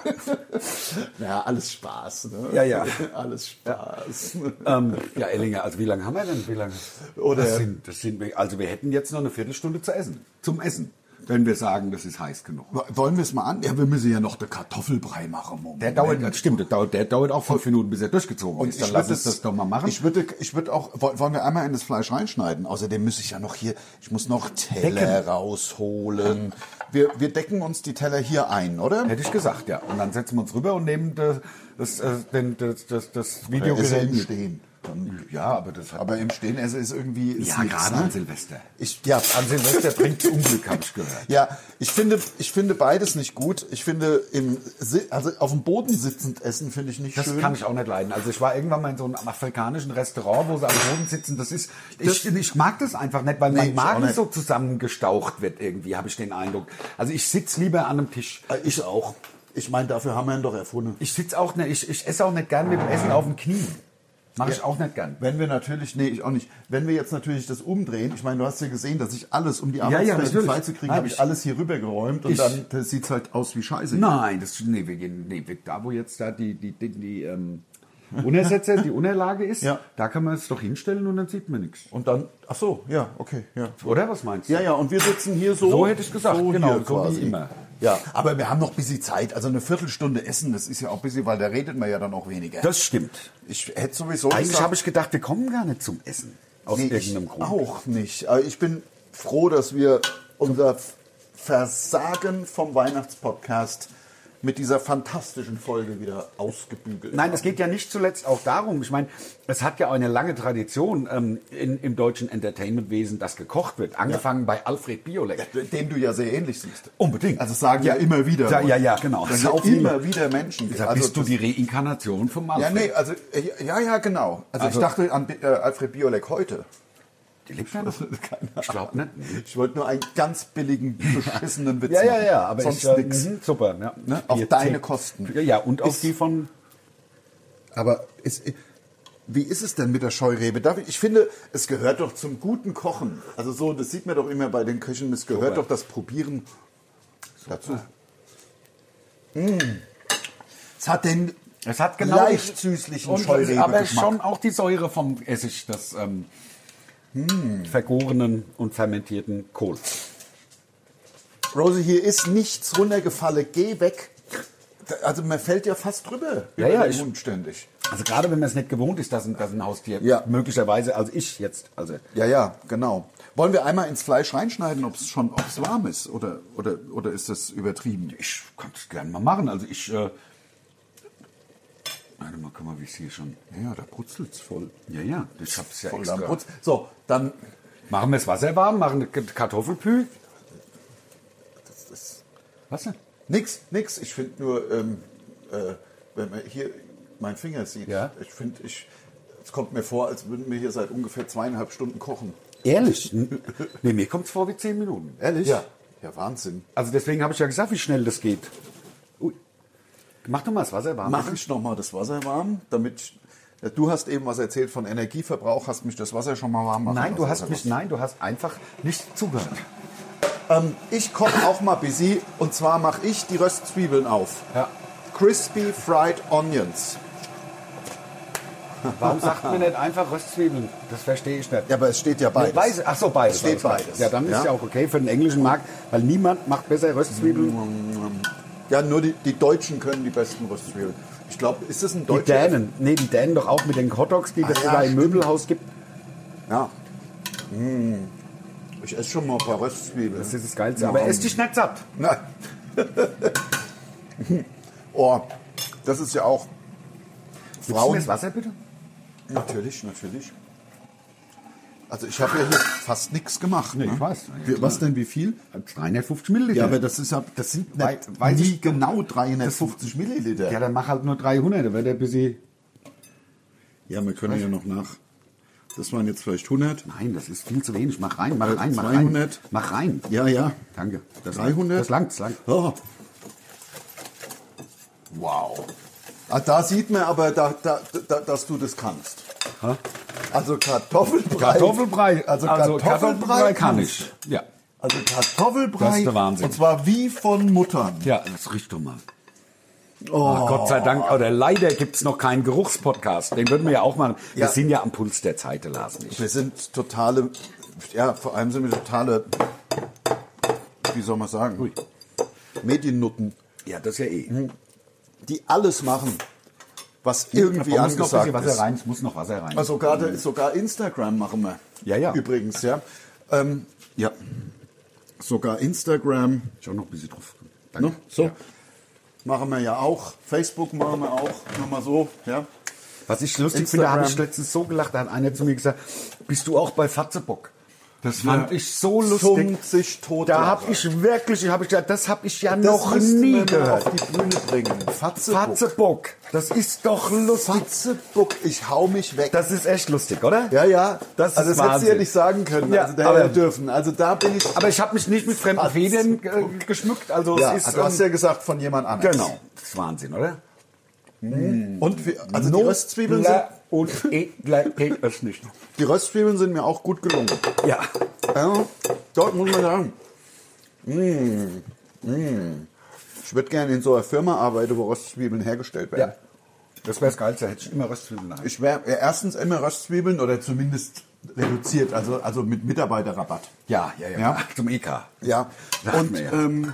C: (laughs) Ja, alles Spaß. Ne?
B: Ja, ja.
C: Alles Spaß.
B: Ähm, ja, Ellinger, also wie lange haben wir denn? Wie lange?
C: Oder-
B: das sind, das sind, wir- also wir hätten jetzt noch eine Viertelstunde zu essen. Zum Essen. Wenn wir sagen, das ist heiß genug.
C: Wollen wir es mal an? Ja, wir müssen ja noch den Kartoffelbrei machen. Moment.
B: Der dauert, das stimmt, der dauert, der dauert auch fünf Minuten, bis er durchgezogen
C: Und
B: ist. Dann
C: ich
B: lass
C: würde
B: uns das doch mal machen.
C: Ich würde, ich würde auch, woll- wollen wir einmal in das Fleisch reinschneiden? Außerdem muss ich ja noch hier, ich muss noch Teller
B: Decken.
C: rausholen. Wir, wir decken uns die Teller hier ein, oder?
B: Hätte ich gesagt, ja. Und dann setzen wir uns rüber und nehmen das, das, äh, den- das, das, das
C: Esse
B: Videogerät
C: im
B: mit.
C: Stehen. Dann,
B: Ja, aber das hat...
C: aber im Stehen essen ist irgendwie. Ist
B: ja,
C: nix,
B: gerade
C: ne?
B: an Silvester.
C: Ich, ja,
B: An Silvester bringt Unglück, habe ich gehört.
C: ja, ich finde, ich finde beides nicht gut. Ich finde im, Si- also auf dem Boden sitzend essen finde ich nicht
B: Das
C: schön.
B: kann ich auch nicht leiden. Also ich war irgendwann mal in so einem afrikanischen Restaurant, wo sie am Boden sitzen. Das ist, ich, ich mag das einfach nicht, weil
C: ich
B: mein
C: auch
B: Magen
C: nicht.
B: so zusammengestaucht wird irgendwie, habe ich den Eindruck. Also ich sitz lieber an einem Tisch.
C: Äh, Ich auch. Ich meine, dafür haben wir ihn doch erfunden.
B: Ich sitz auch nicht, ich, ich esse auch nicht gern mit dem Essen auf dem Knie. Mache ich auch nicht gern.
C: Wenn wir natürlich, nee, ich auch nicht. Wenn wir jetzt natürlich das umdrehen, ich meine, du hast ja gesehen, dass ich alles, um die
B: ja,
C: Arbeitswelt
B: natürlich.
C: freizukriegen,
B: Nein,
C: habe ich
B: ich-
C: alles hier rübergeräumt und
B: Ich-
C: dann das sieht's halt aus wie Scheiße.
B: Nein, das nee, wir gehen nee, wir, da wo jetzt da die die die, die ähm, Unersetzer, die Unterlage (laughs) ist,
C: Ja.
B: da kann man es doch hinstellen und dann sieht man nichts.
C: Und dann, ach so, ja, okay, ja.
B: Oder was meinst du?
C: Ja, ja, und wir sitzen hier so.
B: So hätte ich gesagt, genau,
C: hier
B: so wie immer.
C: Ja, aber wir haben noch ein bisschen Zeit. Also eine Viertelstunde essen, das ist ja auch ein bisschen, weil da redet man ja dann auch weniger.
B: Das stimmt.
C: ich hätte sowieso
B: Eigentlich
C: gesagt-
B: habe ich gedacht, wir kommen gar nicht zum Essen aus
C: Nee, ich
B: irgendeinem Grund.
C: Auch nicht. Aber ich bin froh, dass wir unser F- Versagen vom Weihnachtspodcast mit dieser fantastischen Folge wieder ausgebügelt
B: Nein, es geht ja nicht zuletzt auch darum, ich meine, es hat ja auch eine lange Tradition ähm, in, im deutschen Entertainmentwesen, dass gekocht wird. Angefangen bei Alfred Biolek.
C: haben. Dem du ja sehr ähnlich siehst.
B: Unbedingt.
C: Also sagen ja,
B: Ja.
C: immer wieder.
B: Ja, ja, ja, genau.
C: Dann
B: Sau viele.
C: immer wieder Menschen.
B: Da
C: Also
B: bist du
C: das-
B: die Reinkarnation vom
C: ja,
B: Alfred.
C: nee, also, äh, ja, ja, genau. Also,
B: Also-
C: ich dachte an Bi- äh, Alfred Biolek heute.
B: Die lebt ja noch?
C: (laughs) Keine
B: Ich glaube nicht.
C: Ich wollte nur einen ganz billigen, beschissenen Witz
B: (laughs) Ja, ja,
C: machen.
B: ja, aber
C: Sonst
B: ich, äh,
C: nix.
B: mhm, Super, ja.
C: Ne? Auf
B: Jetzt-
C: deine Kosten.
B: Ja, ja, und auf
C: Ist-
B: die von
C: Aber ist, wie ist es denn mit der Scheurebe? Darf ich, ich finde, es gehört doch zum guten Kochen. Also so, das sieht man doch immer bei den Köchen, es gehört
B: Super.
C: doch das Probieren dazu. Mm. Es hat den
B: Es hat genau
C: leicht süßlichen
B: und,
C: Scheurebe
B: aber schon auch die Säure vom Essig, des ähm,
C: Hm.
B: vergorenen und fermentierten Kohls.
C: Rosie, hier ist nichts runtergefallen. Geh weg. Also man fällt ja fast drüber
B: Ja, ja,
C: den
B: ich-
C: Hund ständig.
B: Also gerade wenn man es nicht gewohnt ist, dass ein, dass ein Haustier
C: Ja.
B: möglicherweise, also ich jetzt, also
C: Ja, ja, genau. Wollen wir einmal ins Fleisch reinschneiden, ob es schon ob's warm ist oder, oder, oder ist das übertrieben?
B: ich kann es gerne mal machen. Also ich, äh, warte mal, guck mal, wie es hier schon,
C: Ja, da brutzelt's voll.
B: ja, ja, ich habe es ja
C: Voll am
B: extra.
C: Putz. So, dann.
B: Machen wir das Wasser warm, machen eine Kartoffelpü.
C: Das ist
B: Was denn?
C: nix, nix. Ich finde nur, ähm, äh, wenn man hier meinen Finger sieht,
B: Ja.
C: ich finde, ich. Es kommt mir vor, als würden wir hier seit ungefähr zweieinhalb Stunden kochen.
B: Ehrlich? nee, mir kommt es vor wie zehn Minuten.
C: Ehrlich? Ja. Ja, Wahnsinn.
B: Also deswegen habe ich ja gesagt, wie schnell das geht. Ui. Mach doch mal das Wasser warm.
C: Mache ich nochmal das Wasser warm, damit. Ich, ja, du hast eben was erzählt von Energieverbrauch, hast mich das Wasser schon mal warm machen
B: Nein, du
C: lassen,
B: hast
C: oder
B: mich,
C: was?
B: nein, du hast einfach nicht zugehört.
C: Ähm, ich koche auch mal busy und zwar mache ich die Röstzwiebeln auf.
B: Ja.
C: Crispy Fried Onions.
B: Warum sagt man nicht einfach Röstzwiebeln? Das verstehe ich nicht.
C: Ja, aber es steht ja beides.
B: Beides. Ach so, beides.
C: Steht
B: Alles klar.
C: beides.
B: Ja, dann ist
C: Ja.
B: ja. auch okay für den englischen Markt, weil niemand macht besser
C: Mm,
B: Röstzwiebeln.
C: Ja, nur die, die Deutschen können die besten Röstzwiebeln. Ich glaube, ist das ein
B: Die
C: deutscher?
B: Dänen. Nee, die Dänen doch auch mit den Hotdogs, die das
C: Ah, ja,
B: da im
C: stimmt.
B: Möbelhaus gibt.
C: Ja. Mm. Ich esse schon mal ein paar Röstzwiebeln.
B: Das ist das Geilste. Aber
C: Warum?
B: ess dich nicht satt.
C: Nein. (laughs) oh, das ist ja auch
B: Gibst du mir
C: Frauen.
B: das Wasser bitte?
C: Natürlich, natürlich. Also ich habe ja hier fast nichts gemacht.
B: Nee,
C: ne?
B: ich weiß.
C: Wie, was denn, wie viel?
B: 350 Milliliter.
C: Ja, aber das ist ja, das sind
B: Wei-
C: nicht-
B: weiß
C: nie genau 350 Milliliter.
B: ja, dann mach halt nur 300, dann wird er ein bisschen...
C: Ja, wir können ja noch nach. Das waren jetzt vielleicht 100.
B: Nein, das ist viel zu wenig. Mach rein, mach
C: Äh,
B: rein, mach
C: 200.
B: rein. Mach rein.
C: Ja, ja.
B: Danke. Das
C: 300.
B: Das langt, das langt.
C: Oh. Wow. Ah, da sieht man aber, da, da, da, dass du das kannst. Also Kartoffelbrei.
B: Kartoffelbrei.
C: Also Kartoffelbrei
B: kann
C: kannst.
B: ich. Ja.
C: Also Kartoffelbrei.
B: Das ist der Wahnsinn.
C: Und zwar wie von Muttern.
B: Ja, das riecht doch mal. Oh. Gott sei Dank, oder leider gibt es noch keinen Geruchspodcast. Den würden wir ja auch machen. Wir
C: Ja.
B: sind ja am Puls der Zeit, Lars nicht.
C: Wir sind totale, ja, vor allem sind wir totale, wie soll man sagen,
B: Ui.
C: Mediennutten,
B: Ja, das ist ja eh.
C: Hm, die alles machen, was irgendwie
B: da muss noch ein
C: angesagt
B: bisschen Wasser
C: ist.
B: rein, es muss noch Wasser rein.
C: Also sogar, sogar Instagram machen wir.
B: Ja, ja.
C: Übrigens, ja. Ähm, ja. Sogar Instagram.
B: ich auch noch ein bisschen drauf.
C: Ne? So. Machen wir ja auch. Facebook machen wir auch. Nochmal so. Ja.
B: Was ich lustig
C: Instagram.
B: finde, habe ich letztens so gelacht, da hat einer zu mir gesagt, bist du auch bei Fatzebock? Das fand ich so lustig.
C: Summt sich tot.
B: Da habe ich wirklich, hab ich, gedacht, das habe ich ja
C: das
B: noch
C: müssten wir
B: nie
C: mal
B: gehört.
C: auf die Bühne bringen. Fatzebook.
B: Fatzebock, das ist doch lustig.
C: Fatzebook. Ich hau mich weg.
B: Das ist echt lustig, oder?
C: ja, ja.
B: Das ist
C: also das hättest du ja
B: Wahnsinn.
C: nicht sagen können.
B: Ja,
C: also da hätte
B: aber-
C: er dürfen. Also da bin ich.
B: Aber ich habe mich nicht mit fremden
C: Fatzebock.
B: Federn äh, geschmückt, also
C: ja,
B: es ist...
C: du hast ja gesagt von jemand anderem.
B: genau, das ist Wahnsinn, oder?
C: Und wir, also die Röstzwiebeln sind
B: Nobler und E, edler geht es nicht.
C: Die Röstzwiebeln sind mir auch gut gelungen.
B: Ja,
C: Ja, dort muss man sagen. Mm, mm. Ich würde gerne in so einer Firma arbeiten, wo Röstzwiebeln hergestellt werden.
B: ja. Das wäre das Geilste, hätte ich immer Röstzwiebeln daheim.
C: Ich wäre erstens immer Röstzwiebeln oder zumindest reduziert, also, also mit Mitarbeiterrabatt.
B: Ja, ja, ja,
C: Ja? E
B: zum E EK.
C: Ja,
B: Sagt
C: und,
B: mir ja.
C: ähm,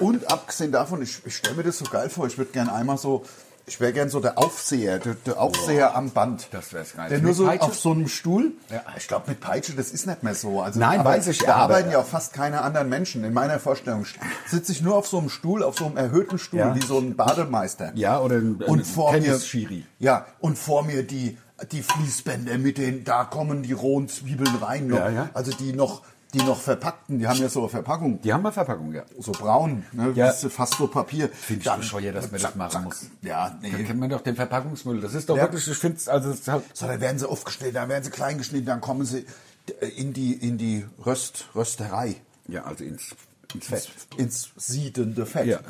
C: und abgesehen davon, ich, ich stelle mir das so geil vor, ich würde gerne einmal so, ich wäre gern so der Aufseher, der, der Aufseher am Band.
B: Das wär's geil.
C: Der
B: Mit
C: nur so
B: Peitsche?
C: auf so einem Stuhl.
B: Ja.
C: Ich glaube, mit Peitsche, das ist nicht mehr so. Also,
B: Nein,
C: aber
B: weiß ich,
C: Da
B: ja, aber-
C: arbeiten ja auch fast keine anderen Menschen. In meiner Vorstellung sitze ich nur auf so einem Stuhl, auf so einem erhöhten Stuhl,
B: Ja.
C: wie so ein Bademeister.
B: Ja, oder ein-
C: und
B: ein
C: vor mir,
B: Tennisschiri.
C: Ja, und vor mir die, die Fließbänder mit den, da kommen die rohen Zwiebeln rein. Noch,
B: Ja, ja.
C: Also die noch, die noch verpackten, die haben ja so eine Verpackung.
B: Die haben wir Verpackung, ja.
C: So braun, ne?
B: Ja.
C: Das ist fast so Papier.
B: Finde ich
C: Dann-
B: bescheuert, dass man das machen muss.
C: Ja,
B: Da
C: nee.
B: kennt man doch den Verpackungsmüll. Das ist doch
C: Ja.
B: wirklich, ich finde es, also es ist halt,
C: So, dann werden sie aufgeschnitten, dann werden sie klein geschnitten, dann kommen sie äh, in die, in die Röst, Rösterei.
B: ja, also ins, ins
C: Fett. Ins siedende Fett.
B: Ja.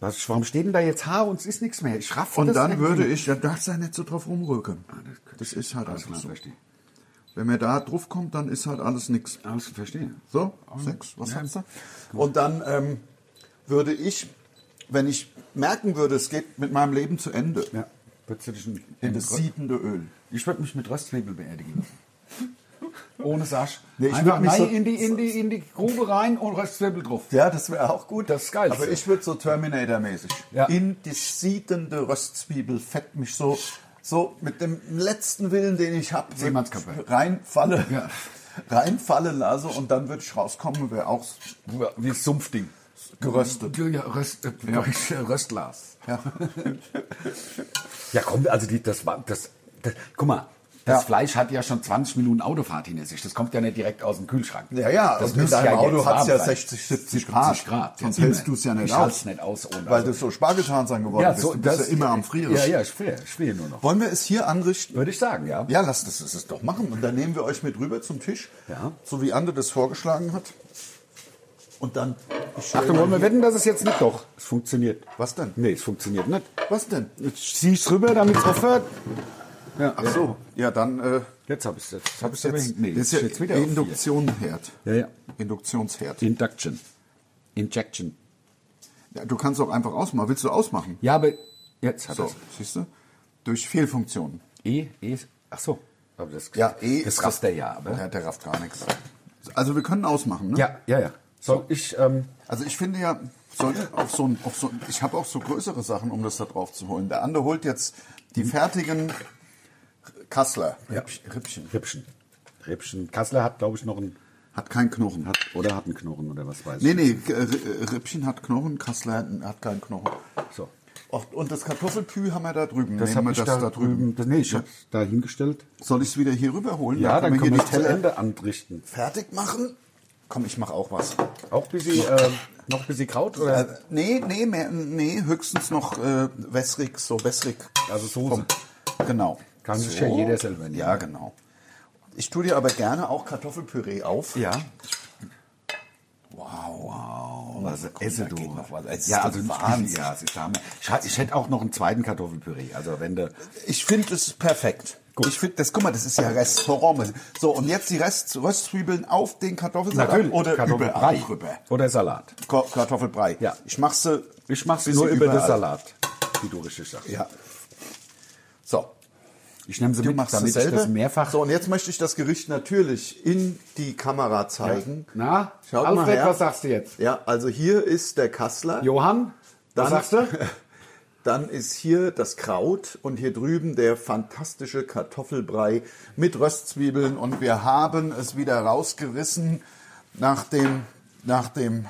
B: Was, warum steht denn da jetzt Haar und es ist nichts mehr? Ich raff
C: Und
B: das
C: dann
B: nicht.
C: würde ich, ja, darfst du ja nicht so drauf rumrücken. Das ist halt
B: Alles
C: einfach
B: klar,
C: so.
B: verstehe.
C: Wenn man da drauf kommt, dann ist halt alles nix.
B: Alles verstehe.
C: So, sechs, was hast du? Und dann ähm, würde ich, wenn ich merken würde, es geht mit meinem Leben zu Ende,
B: Ja. Würdest du dich in,
C: in das siedende Öl.
B: Ich würde mich mit Röstzwiebel beerdigen lassen. Ohne Sasch.
C: Nee, ich
B: Einfach
C: würd mich
B: rein
C: so-
B: in, die, in, die, in die Grube rein und Röstzwiebel drauf.
C: Ja, das wäre auch gut.
B: Das ist geil.
C: Aber ich würde so Terminator-mäßig
B: Ja.
C: in das siedende Röstzwiebelfett mich so, so mit dem letzten Willen, den ich habe,
B: Seemannskörper.
C: reinfalle,
B: Ja.
C: reinfalle lasse und dann würde ich rauskommen und wäre auch
B: Wie das Sumpfding.
C: geröstet.
B: Ja, Röst, äh, Röstglas. (laughs)
C: Ja.
B: Ja, komm, also die, das war das, das. Guck mal, das
C: Ja.
B: Fleisch hat ja schon 20 Minuten Autofahrt hinter sich. Das kommt ja nicht direkt aus dem Kühlschrank.
C: Ja, ja,
B: das
C: und mit deinem Auto hat's
B: hat's
C: ja 60, 70 Grad.
B: Grad.
C: Sonst
B: Ja,
C: hältst
B: immer.
C: du's ja nicht
B: ich
C: aus.
B: halt's nicht aus ohne.
C: Weil du so Spargelschanzern geworden
B: ja,
C: bist.
B: so,
C: du bist
B: das,
C: ja immer am Frieren.
B: Ja, ja, ich friere, ich friere nur noch.
C: Wollen wir es hier anrichten?
B: Würde ich sagen, ja.
C: Ja, lasst es, es doch machen. Und dann nehmen wir euch mit rüber zum Tisch,
B: Ja.
C: so wie Ande das vorgeschlagen hat. Und dann. Ich
B: Achtung, wollen wir wetten, dass es jetzt nicht doch. Es funktioniert.
C: Was denn?
B: Nee, es funktioniert nicht.
C: Was denn?
B: Jetzt zieh ich's rüber, damit es aufhört.
C: Ach so, ja, dann. Äh,
B: Jetzt hab ich's. Jetzt hab ich's
C: jetzt,
B: Nee,
C: das ist ja
B: jetzt wieder auf hier.
C: Induktionsherd.
B: Ja, ja.
C: Induktionsherd.
B: Induction. Injection.
C: Ja, du kannst auch einfach ausmachen. Willst du ausmachen?
B: Ja, aber jetzt hat
C: So,
B: es.
C: siehst du? Durch Fehlfunktionen.
B: E, E ist, ach so. Aber das,
C: Ja, eh.
B: das rafft er ja, aber.
C: Ja, der rafft gar nichts. Also wir können ausmachen, ne?
B: Ja, ja, ja. So, ich, ähm,
C: Also ich finde ja, sollte auf so ein, auf so, ein- ich habe auch so größere Sachen, um das da drauf zu holen. Der andere holt jetzt die fertigen Kassler. Rippchen. Rippchen.
B: Rippchen. Rippchen. Kassler hat, glaube ich, noch einen,
C: Hat keinen Knochen.
B: hat, oder hat einen Knochen oder was weiß ich.
C: Nee, nee, K- R- Rippchen hat Knochen, Kassler hat keinen Knochen.
B: So.
C: Och, Und das Kartoffelpü haben wir da drüben.
B: Das
C: Nehmen
B: habe
C: wir
B: ich da, drüben, das, nee, ich habe da hingestellt.
C: Soll ich es wieder hier rüberholen?
B: Ja, dann können wir
C: hier äh,
B: es
C: die
B: zu
C: Teller
B: Ende anrichten.
C: fertig machen. Komm, ich mache auch was.
B: Auch ein bisschen, äh, noch ein bisschen Kraut
C: Äh,
B: oder?
C: nee, nee, mehr, nee, höchstens noch äh, wässrig, so wässrig.
B: Also Soße.
C: genau.
B: Kann sich ja jeder selber nehmen.
C: Ja, genau. Ich tue dir aber gerne auch Kartoffelpüree auf.
B: Äh, Ja.
C: Wow, wow.
B: Also esse du.
C: da geht noch was. Es
B: ja,
C: ist
B: also
C: doch
B: nicht
C: Wahnsinn.
B: viel, ja, es ist Hammer. ich, ha- ich hätte auch noch einen zweiten Kartoffelpüree. Also wenn du,
C: Ich finde, es ist perfekt.
B: Gut.
C: Ich finde, das, guck mal, das ist ja Restaurant. So, und jetzt die Rest, Röstzwiebeln auf den Kartoffelsalat. Oder überall drüber.
B: Oder Salat.
C: Ko- Kartoffelbrei.
B: Ja.
C: Ich mache sie.
B: Ich mache es
C: bisschen
B: nur über den
C: überall.
B: Salat, wie du richtig sagst.
C: Ja. So,
B: Ich nehme sie
C: Du
B: mit,
C: machst
B: damit ich
C: dasselbe.
B: das mehrfach.
C: So, und jetzt möchte ich das Gericht natürlich in die Kamera zeigen.
B: Na,
C: Schaut mal
B: Alfred,
C: her.
B: was sagst du jetzt?
C: Ja, also hier ist der Kassler.
B: Johann, was
C: Dann-
B: sagst (laughs) du?
C: (laughs) Dann ist hier das Kraut und hier drüben der fantastische Kartoffelbrei mit Röstzwiebeln. Und wir haben es wieder rausgerissen nach dem, nach dem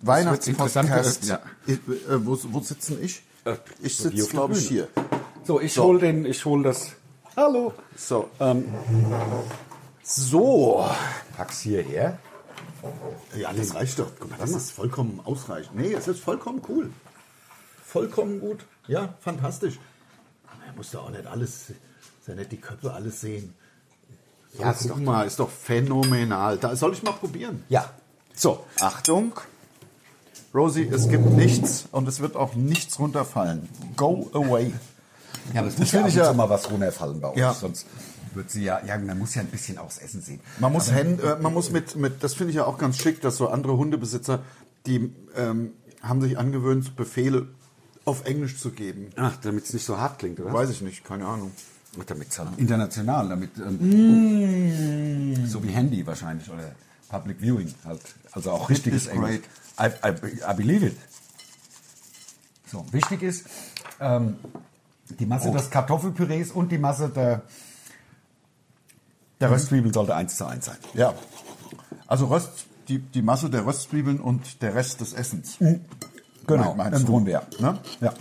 B: interessant
C: Weihnachtspodcast.
B: geöffnet,
C: Ich- äh, Wo, wo sitze ich?
B: Äh,
C: Ich
B: so wie
C: sitze,
B: auf der
C: glaube ich,
B: Bühne.
C: hier.
B: So, ich
C: So.
B: hol den, ich hol das. Hallo.
C: So,
B: So, pack's hierher.
C: Ja, das reicht doch. Guck mal, das ist vollkommen ausreichend. Nee, es ist vollkommen cool. Vollkommen gut. Ja, fantastisch. Aber er muss da auch nicht alles, ist ja nicht die Köpfe alles sehen. So, ja,
B: ist
C: guck mal, ist doch phänomenal. Da soll ich mal probieren.
B: Ja. So,
C: Achtung. Rosie, es gibt nichts und es wird auch nichts runterfallen. Go away.
B: Ja, aber es muss
C: ja
B: ja,
C: ab und zu
B: mal was runterfallen bei uns.
C: Ja.
B: Sonst wird sie ja, ja, man muss ja ein bisschen aufs Essen sehen.
C: Man muss, Hen- äh, man muss mit, mit, das finde ich ja auch ganz schick, dass so andere Hundebesitzer, die ähm, haben sich angewöhnt, Befehle auf Englisch zu geben.
B: Ach, damit es nicht so hart klingt, oder?
C: Weiß ich nicht, keine Ahnung.
B: Damit halt international, damit ähm, so wie Handy wahrscheinlich oder Public Viewing halt, also auch richtiges
C: is
B: Englisch. I, I, I believe it. So wichtig ist ähm, die Masse des Kartoffelpürees und die Masse der der Röstzwiebeln sollte eins zu eins sein.
C: Ja. Also Röst, die, die Masse der Röstzwiebeln und der Rest des Essens.
B: Genau,
C: Meinst
B: im
C: du?
B: Grunde ja.
C: Ne?
B: ja.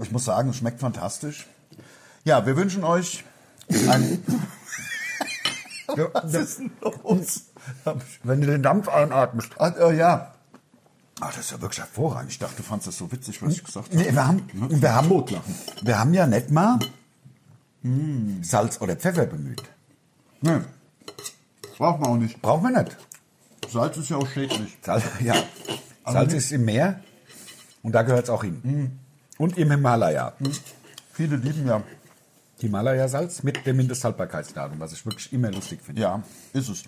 C: Ich muss sagen, es schmeckt fantastisch. Ja, wir wünschen euch
B: (laughs)
C: ein. Was ist denn los?
B: Wenn du den Dampf einatmest.
C: Ah, äh, ja. Ah,
B: Ach, das ist ja wirklich hervorragend.
C: Ich dachte, du fandest das so witzig, was ich gesagt habe. Ne?
B: Nee, wir haben, wir haben Notlachen. Wir haben ja nicht mal Salz oder Pfeffer bemüht.
C: Hm. Nee. Braucht man auch nicht.
B: Brauchen wir nicht.
C: Salz ist ja auch schädlich.
B: Salz, (laughs) ja. Salz ist im Meer und da gehört es auch hin.
C: Mhm.
B: Und im Himalaya.
C: Viele lieben ja.
B: Himalaya-Salz mit dem Mindesthaltbarkeitsdatum, was ich wirklich immer lustig finde.
C: Ja, ist es.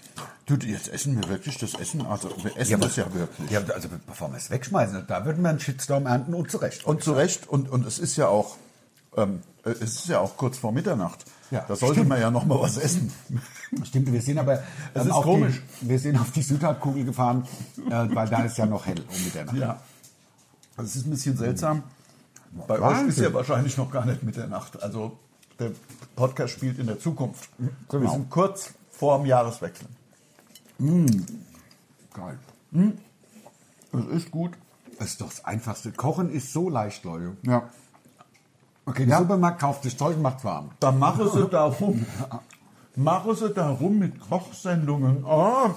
C: Du, jetzt essen wir wirklich das Essen. Also, wir essen das ja wirklich.
B: Ja, also bevor wir es wegschmeißen, da würden wir einen Shitstorm ernten und zurecht.
C: Und zu Recht, und, und es ist ja auch, ähm, es ist ja auch kurz vor Mitternacht.
B: Ja,
C: da sollte
B: stimmt.
C: man ja noch mal was essen.
B: Stimmt, wir sind aber ähm,
C: ist
B: auf
C: komisch.
B: Die, wir sind auf die Südhalbkugel gefahren, äh, weil da ist ja noch hell um Mitternacht.
C: Ja. Das ist ein bisschen seltsam. Bei
B: Wahnsinn.
C: euch ist ja wahrscheinlich noch gar nicht Mitternacht. Also der Podcast spielt in der Zukunft.
B: Genau.
C: Wir sind kurz vor dem Jahreswechsel.
B: Mm. Geil.
C: Das Mm. ist gut.
B: Das ist doch das Einfachste. Kochen ist so leicht, Leute.
C: Ja.
B: Okay, der Supermarkt kauft sich Zeug und macht's warm.
C: Dann mache sie darum. Mache sie darum mit Kochsendungen. Ah,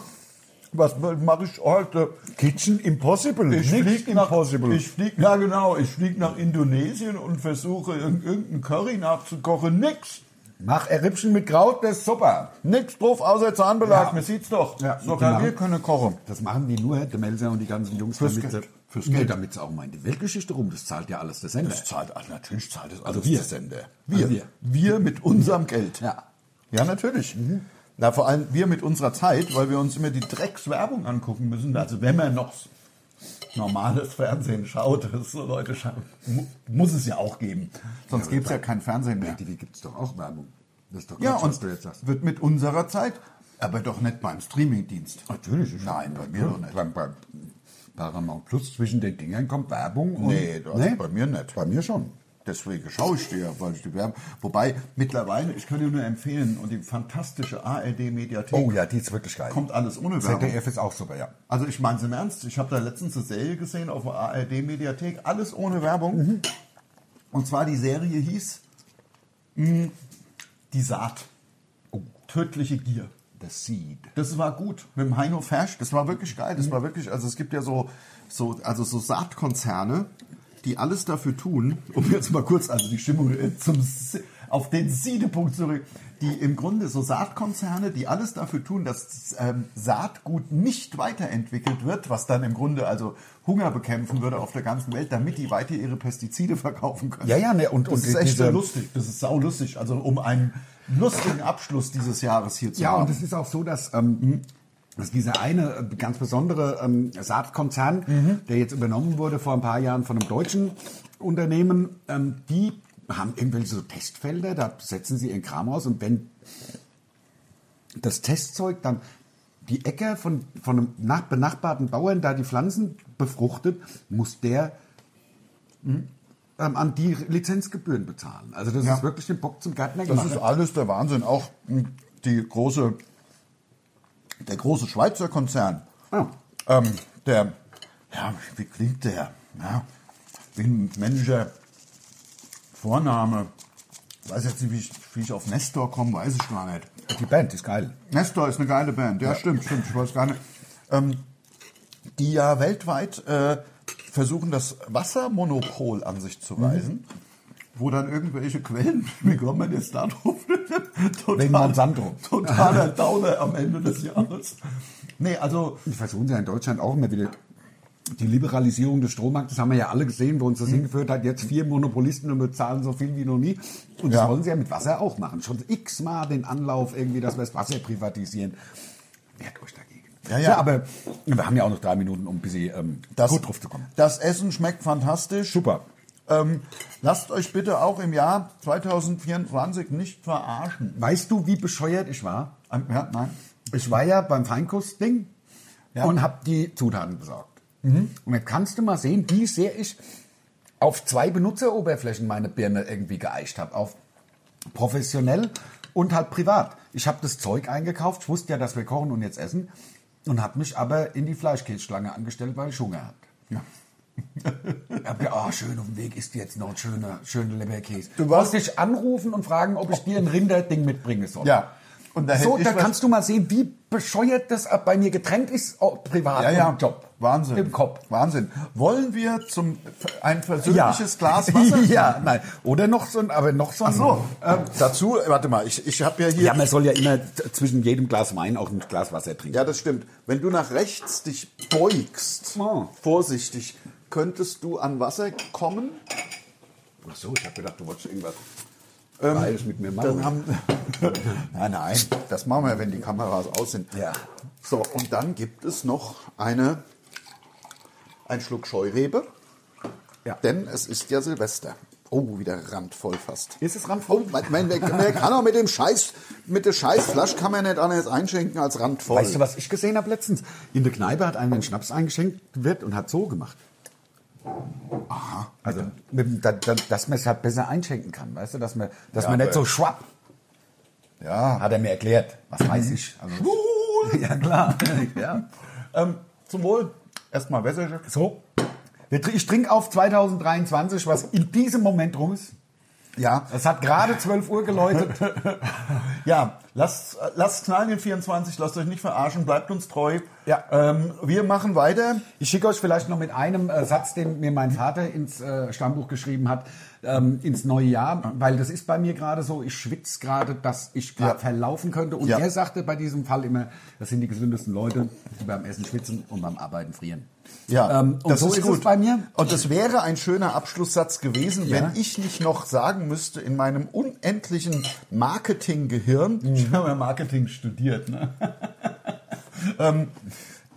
C: was mache ich heute?
B: Kitchen Impossible.
C: Ich fliege nach, ich flieg, ja genau, ich fliege nach Indonesien und versuche irg- irgendeinen Curry nachzukochen. Nix.
B: Mach ein Rippchen mit Kraut, das ist super.
C: Nix drauf außer Zahnbelag,
B: Ja.
C: man sieht's doch.
B: Ja,
C: Sogar
B: genau.
C: wir können kochen.
B: Das machen die nur, der Melzer und die ganzen Jungs,
C: Fürs
B: damit,
C: Geld.
B: sie- Fürs Geld, damit sie auch mal in die Weltgeschichte rum. Das zahlt ja alles der Sender.
C: Das zahlt, also natürlich zahlt das alles
B: Also wir.
C: der Sender. Wir.
B: Also wir.
C: wir. mit unserem Geld.
B: Ja. Mhm.
C: Ja, natürlich. Na, vor allem wir mit unserer Zeit, weil wir uns immer die Dreckswerbung angucken
B: Mhm.
C: müssen. Also wenn man noch normales Fernsehen schaut, (laughs) das so Leute schauen, mu muss es ja auch geben. Sonst gäbe es ja kein Fernsehen
B: Bei
C: mehr.
B: TV gibt es doch auch Werbung. Das ist doch
C: Ja,
B: Quatsch,
C: und
B: was du jetzt sagst.
C: wird mit unserer Zeit, aber doch nicht beim Streamingdienst.
B: Natürlich. ist
C: Nein, bei
B: schon-
C: mir doch nicht.
B: Beim, beim Paramount Plus zwischen den Dingern kommt Werbung. Und, ne?
C: Nee, also bei mir nicht.
B: Bei mir schon.
C: Deswegen schaue ich dir, weil ich die Werbung. Wobei, mittlerweile, ich kann dir nur empfehlen, und die fantastische ARD-Mediathek.
B: Oh ja, die ist wirklich geil.
C: Kommt alles ohne Werbung.
B: ZDF ist auch super, ja.
C: Also ich meine es im Ernst, ich habe da letztens eine Serie gesehen auf der ARD-Mediathek, alles ohne Werbung.
B: Mhm.
C: Und zwar die Serie hieß mh, Die Saat. Tödliche Gier.
B: Oh. The Seed. Mhm.
C: Das war gut mit dem Heino Fersch. Das war wirklich geil. Das war wirklich, also es gibt ja so, so, also so Saatkonzerne, die alles dafür tun, um jetzt mal kurz, also die Stimmung äh, zum, S- auf den Siedepunkt zurück, die im Grunde so Saatkonzerne, die alles dafür tun, dass ähm, Saatgut nicht weiterentwickelt wird, was dann im Grunde also Hunger bekämpfen würde auf der ganzen Welt, damit die weiter ihre Pestizide verkaufen können.
B: Ja, ja, ne, und-
C: das
B: und
C: ist echt
B: diese-
C: lustig. Das ist sau lustig. Also um einen lustigen Abschluss dieses Jahres hier zu
B: Ja,
C: haben.
B: und es ist auch so, dass, ähm, dass dieser eine äh, ganz besondere ähm, Saatkonzern, der jetzt übernommen wurde vor ein paar Jahren von einem deutschen Unternehmen, ähm, die haben irgendwelche so Testfelder, da setzen sie ihren Kram aus und wenn das Testzeug dann die Äcker von, von einem nach, benachbarten Bauern da die Pflanzen befruchtet, muss der ähm, an die Lizenzgebühren bezahlen. Also das
C: Ja.
B: ist wirklich den Bock zum Gärtner
C: Das
B: gemacht.
C: ist alles der Wahnsinn. Auch mh, die große, der große Schweizer Konzern,
B: Ja.
C: ähm, der, ja, wie klingt der? Ja, wie ein männlicher Vorname. Weiß jetzt nicht, wie ich, wie ich auf Nestor komme, weiß ich gar nicht.
B: Die Band ist geil.
C: Nestor ist eine geile Band. Ja, stimmt, stimmt. Ich weiß gar nicht. Ähm, die ja weltweit äh, versuchen, das Wassermonopol an sich
B: Mhm.
C: zu reißen. Wo dann irgendwelche Quellen, (laughs) wie kommt man jetzt da drauf? (laughs) Total-
B: Wegen Monsanto. (laughs)
C: Totaler Downer am Ende des Jahres. Nee, also
B: Wir versuchen ja in Deutschland auch immer wieder. Die Liberalisierung des Strommarktes haben wir ja alle gesehen, wo uns
C: Mhm.
B: das hingeführt hat. Jetzt vier Monopolisten und bezahlen so viel wie noch nie. Und das
C: Ja.
B: wollen sie ja mit Wasser auch machen. Schon x-mal den Anlauf irgendwie, dass wir das Wasser privatisieren. Wehrt euch dagegen.
C: Ja, ja.
B: So, aber wir haben ja auch noch drei Minuten, um ein bisschen ähm,
C: das,
B: gut drauf zu kommen.
C: das Essen schmeckt fantastisch.
B: Super.
C: Ähm, lasst euch bitte auch im Jahr 2024 nicht verarschen.
B: Weißt du, wie bescheuert ich war?
C: Ähm, Ja, nein.
B: Ich war ja beim Feinkostding und habe die Zutaten besorgt.
C: Mhm.
B: Und jetzt kannst du mal sehen, wie sehr ich auf zwei Benutzeroberflächen meine Birne irgendwie geeicht habe. Auf professionell und halt privat. Ich habe das Zeug eingekauft, ich wusste ja, dass wir kochen und jetzt essen und habe mich aber in die Fleischkäseschlange angestellt, weil ich Hunger hatte. Ich (laughs) hab gedacht, oh, schön auf dem Weg ist jetzt noch ein schöner, schöner Leberkäse.
C: Du
B: Du
C: warst-
B: wolltest dich anrufen und fragen, ob ich dir ein Rinderding mitbringen soll.
C: Ja. Und da hätte
B: So,
C: Äh, ich
B: da
C: was-
B: kannst du mal sehen, wie bescheuert das ab- bei mir getrennt ist, oh, privat
C: Ja, ja.
B: und Job.
C: Wahnsinn.
B: Im Kopf.
C: Wahnsinn. Wollen wir zum ein
B: (laughs)
C: persönliches Glas Wasser?
B: ja, nein. Oder noch so ein, aber noch so ein.
C: Ach so. Ähm, dazu, warte mal, ich, ich habe ja hier.
B: Ja, man soll ja immer t- zwischen jedem Glas Wein auch ein Glas Wasser trinken.
C: Ja, das stimmt. Wenn du nach rechts dich beugst,
B: Oh.
C: vorsichtig, könntest du an Wasser kommen.
B: Ach so, ich habe gedacht, du wolltest irgendwas Freies mit mir
C: Ähm, Dann
B: machen.
C: haben, nein, nein, das machen wir, wenn die Kameras aus sind.
B: Ja.
C: So, und dann gibt es noch eine, einen Schluck Scheurebe,
B: Ja.
C: denn es ist ja Silvester. Oh, wieder randvoll fast.
B: Ist es
C: Oh,
B: randvoll?
C: man, man, man kann auch mit dem Scheiß, mit der Scheißflasche kann man nicht anders einschenken als randvoll.
B: Weißt du, was ich gesehen habe letztens? In der Kneipe hat einer einen Schnaps eingeschenkt wird und hat so gemacht. Aha. Also, mit, dem- da, da, dass man es halt besser einschenken kann, weißt du? Dass man, dass
C: Ja,
B: man nicht
C: aber-
B: so schwapp,
C: Ja.
B: hat er mir erklärt. Was weiß ich. Also, (laughs) ja, klar. ja.
C: Ähm, zum Wohl. Erstmal Wässerchen.
B: So. Wir tr- Ich trinke auf 2023, was in diesem Moment rum ist.
C: Ja.
B: (laughs) Es hat gerade 12 Uhr geläutet.
C: Also, Ja, Lasst, äh, lasst knallen in 24, lasst euch nicht verarschen, bleibt uns treu.
B: Ja.
C: Ähm, wir machen weiter.
B: Ich schicke euch vielleicht noch mit einem äh, Satz, den mir mein Vater ins äh, Stammbuch geschrieben hat, ähm, ins neue Jahr, weil das ist bei mir gerade so, ich schwitze gerade, dass ich gerade
C: Ja.
B: verlaufen könnte. Und
C: Ja.
B: er sagte bei diesem Fall immer, das sind die gesündesten Leute, die beim Essen schwitzen und beim Arbeiten frieren. Ähm, und so ist, es bei mir.
C: Und das wäre ein schöner Abschlusssatz gewesen,
B: Ja.
C: wenn ich nicht noch sagen müsste, in meinem unendlichen Marketinggehirn, Mhm. ich habe ja Marketing studiert, ne? (laughs) ähm,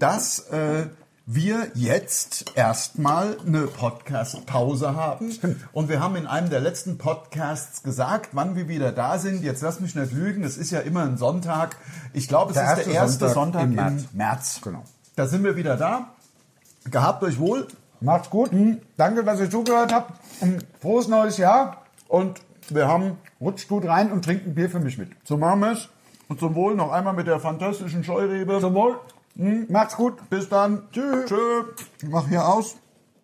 C: dass äh, wir jetzt erstmal eine Podcast-Pause haben. Und wir haben in einem der letzten Podcasts gesagt, wann wir wieder da sind. Jetzt lass mich nicht lügen, es ist ja immer ein Sonntag. Ich glaube, es
B: Der
C: ist der erste Sonntag, im März.
B: Genau.
C: Da sind wir wieder da. Gehabt euch wohl.
B: Macht's gut. Mhm. Danke, dass ihr zugehört habt. Mhm. Frohes neues Jahr.
C: Und wir haben
B: Rutscht gut rein und trinkt ein Bier für mich mit.
C: zum Hammes und zum Wohl noch einmal mit der fantastischen Scheurebe. Mhm.
B: Zum Wohl. Macht's gut.
C: Bis dann. Tschüss. Tschö. Ich mach hier aus.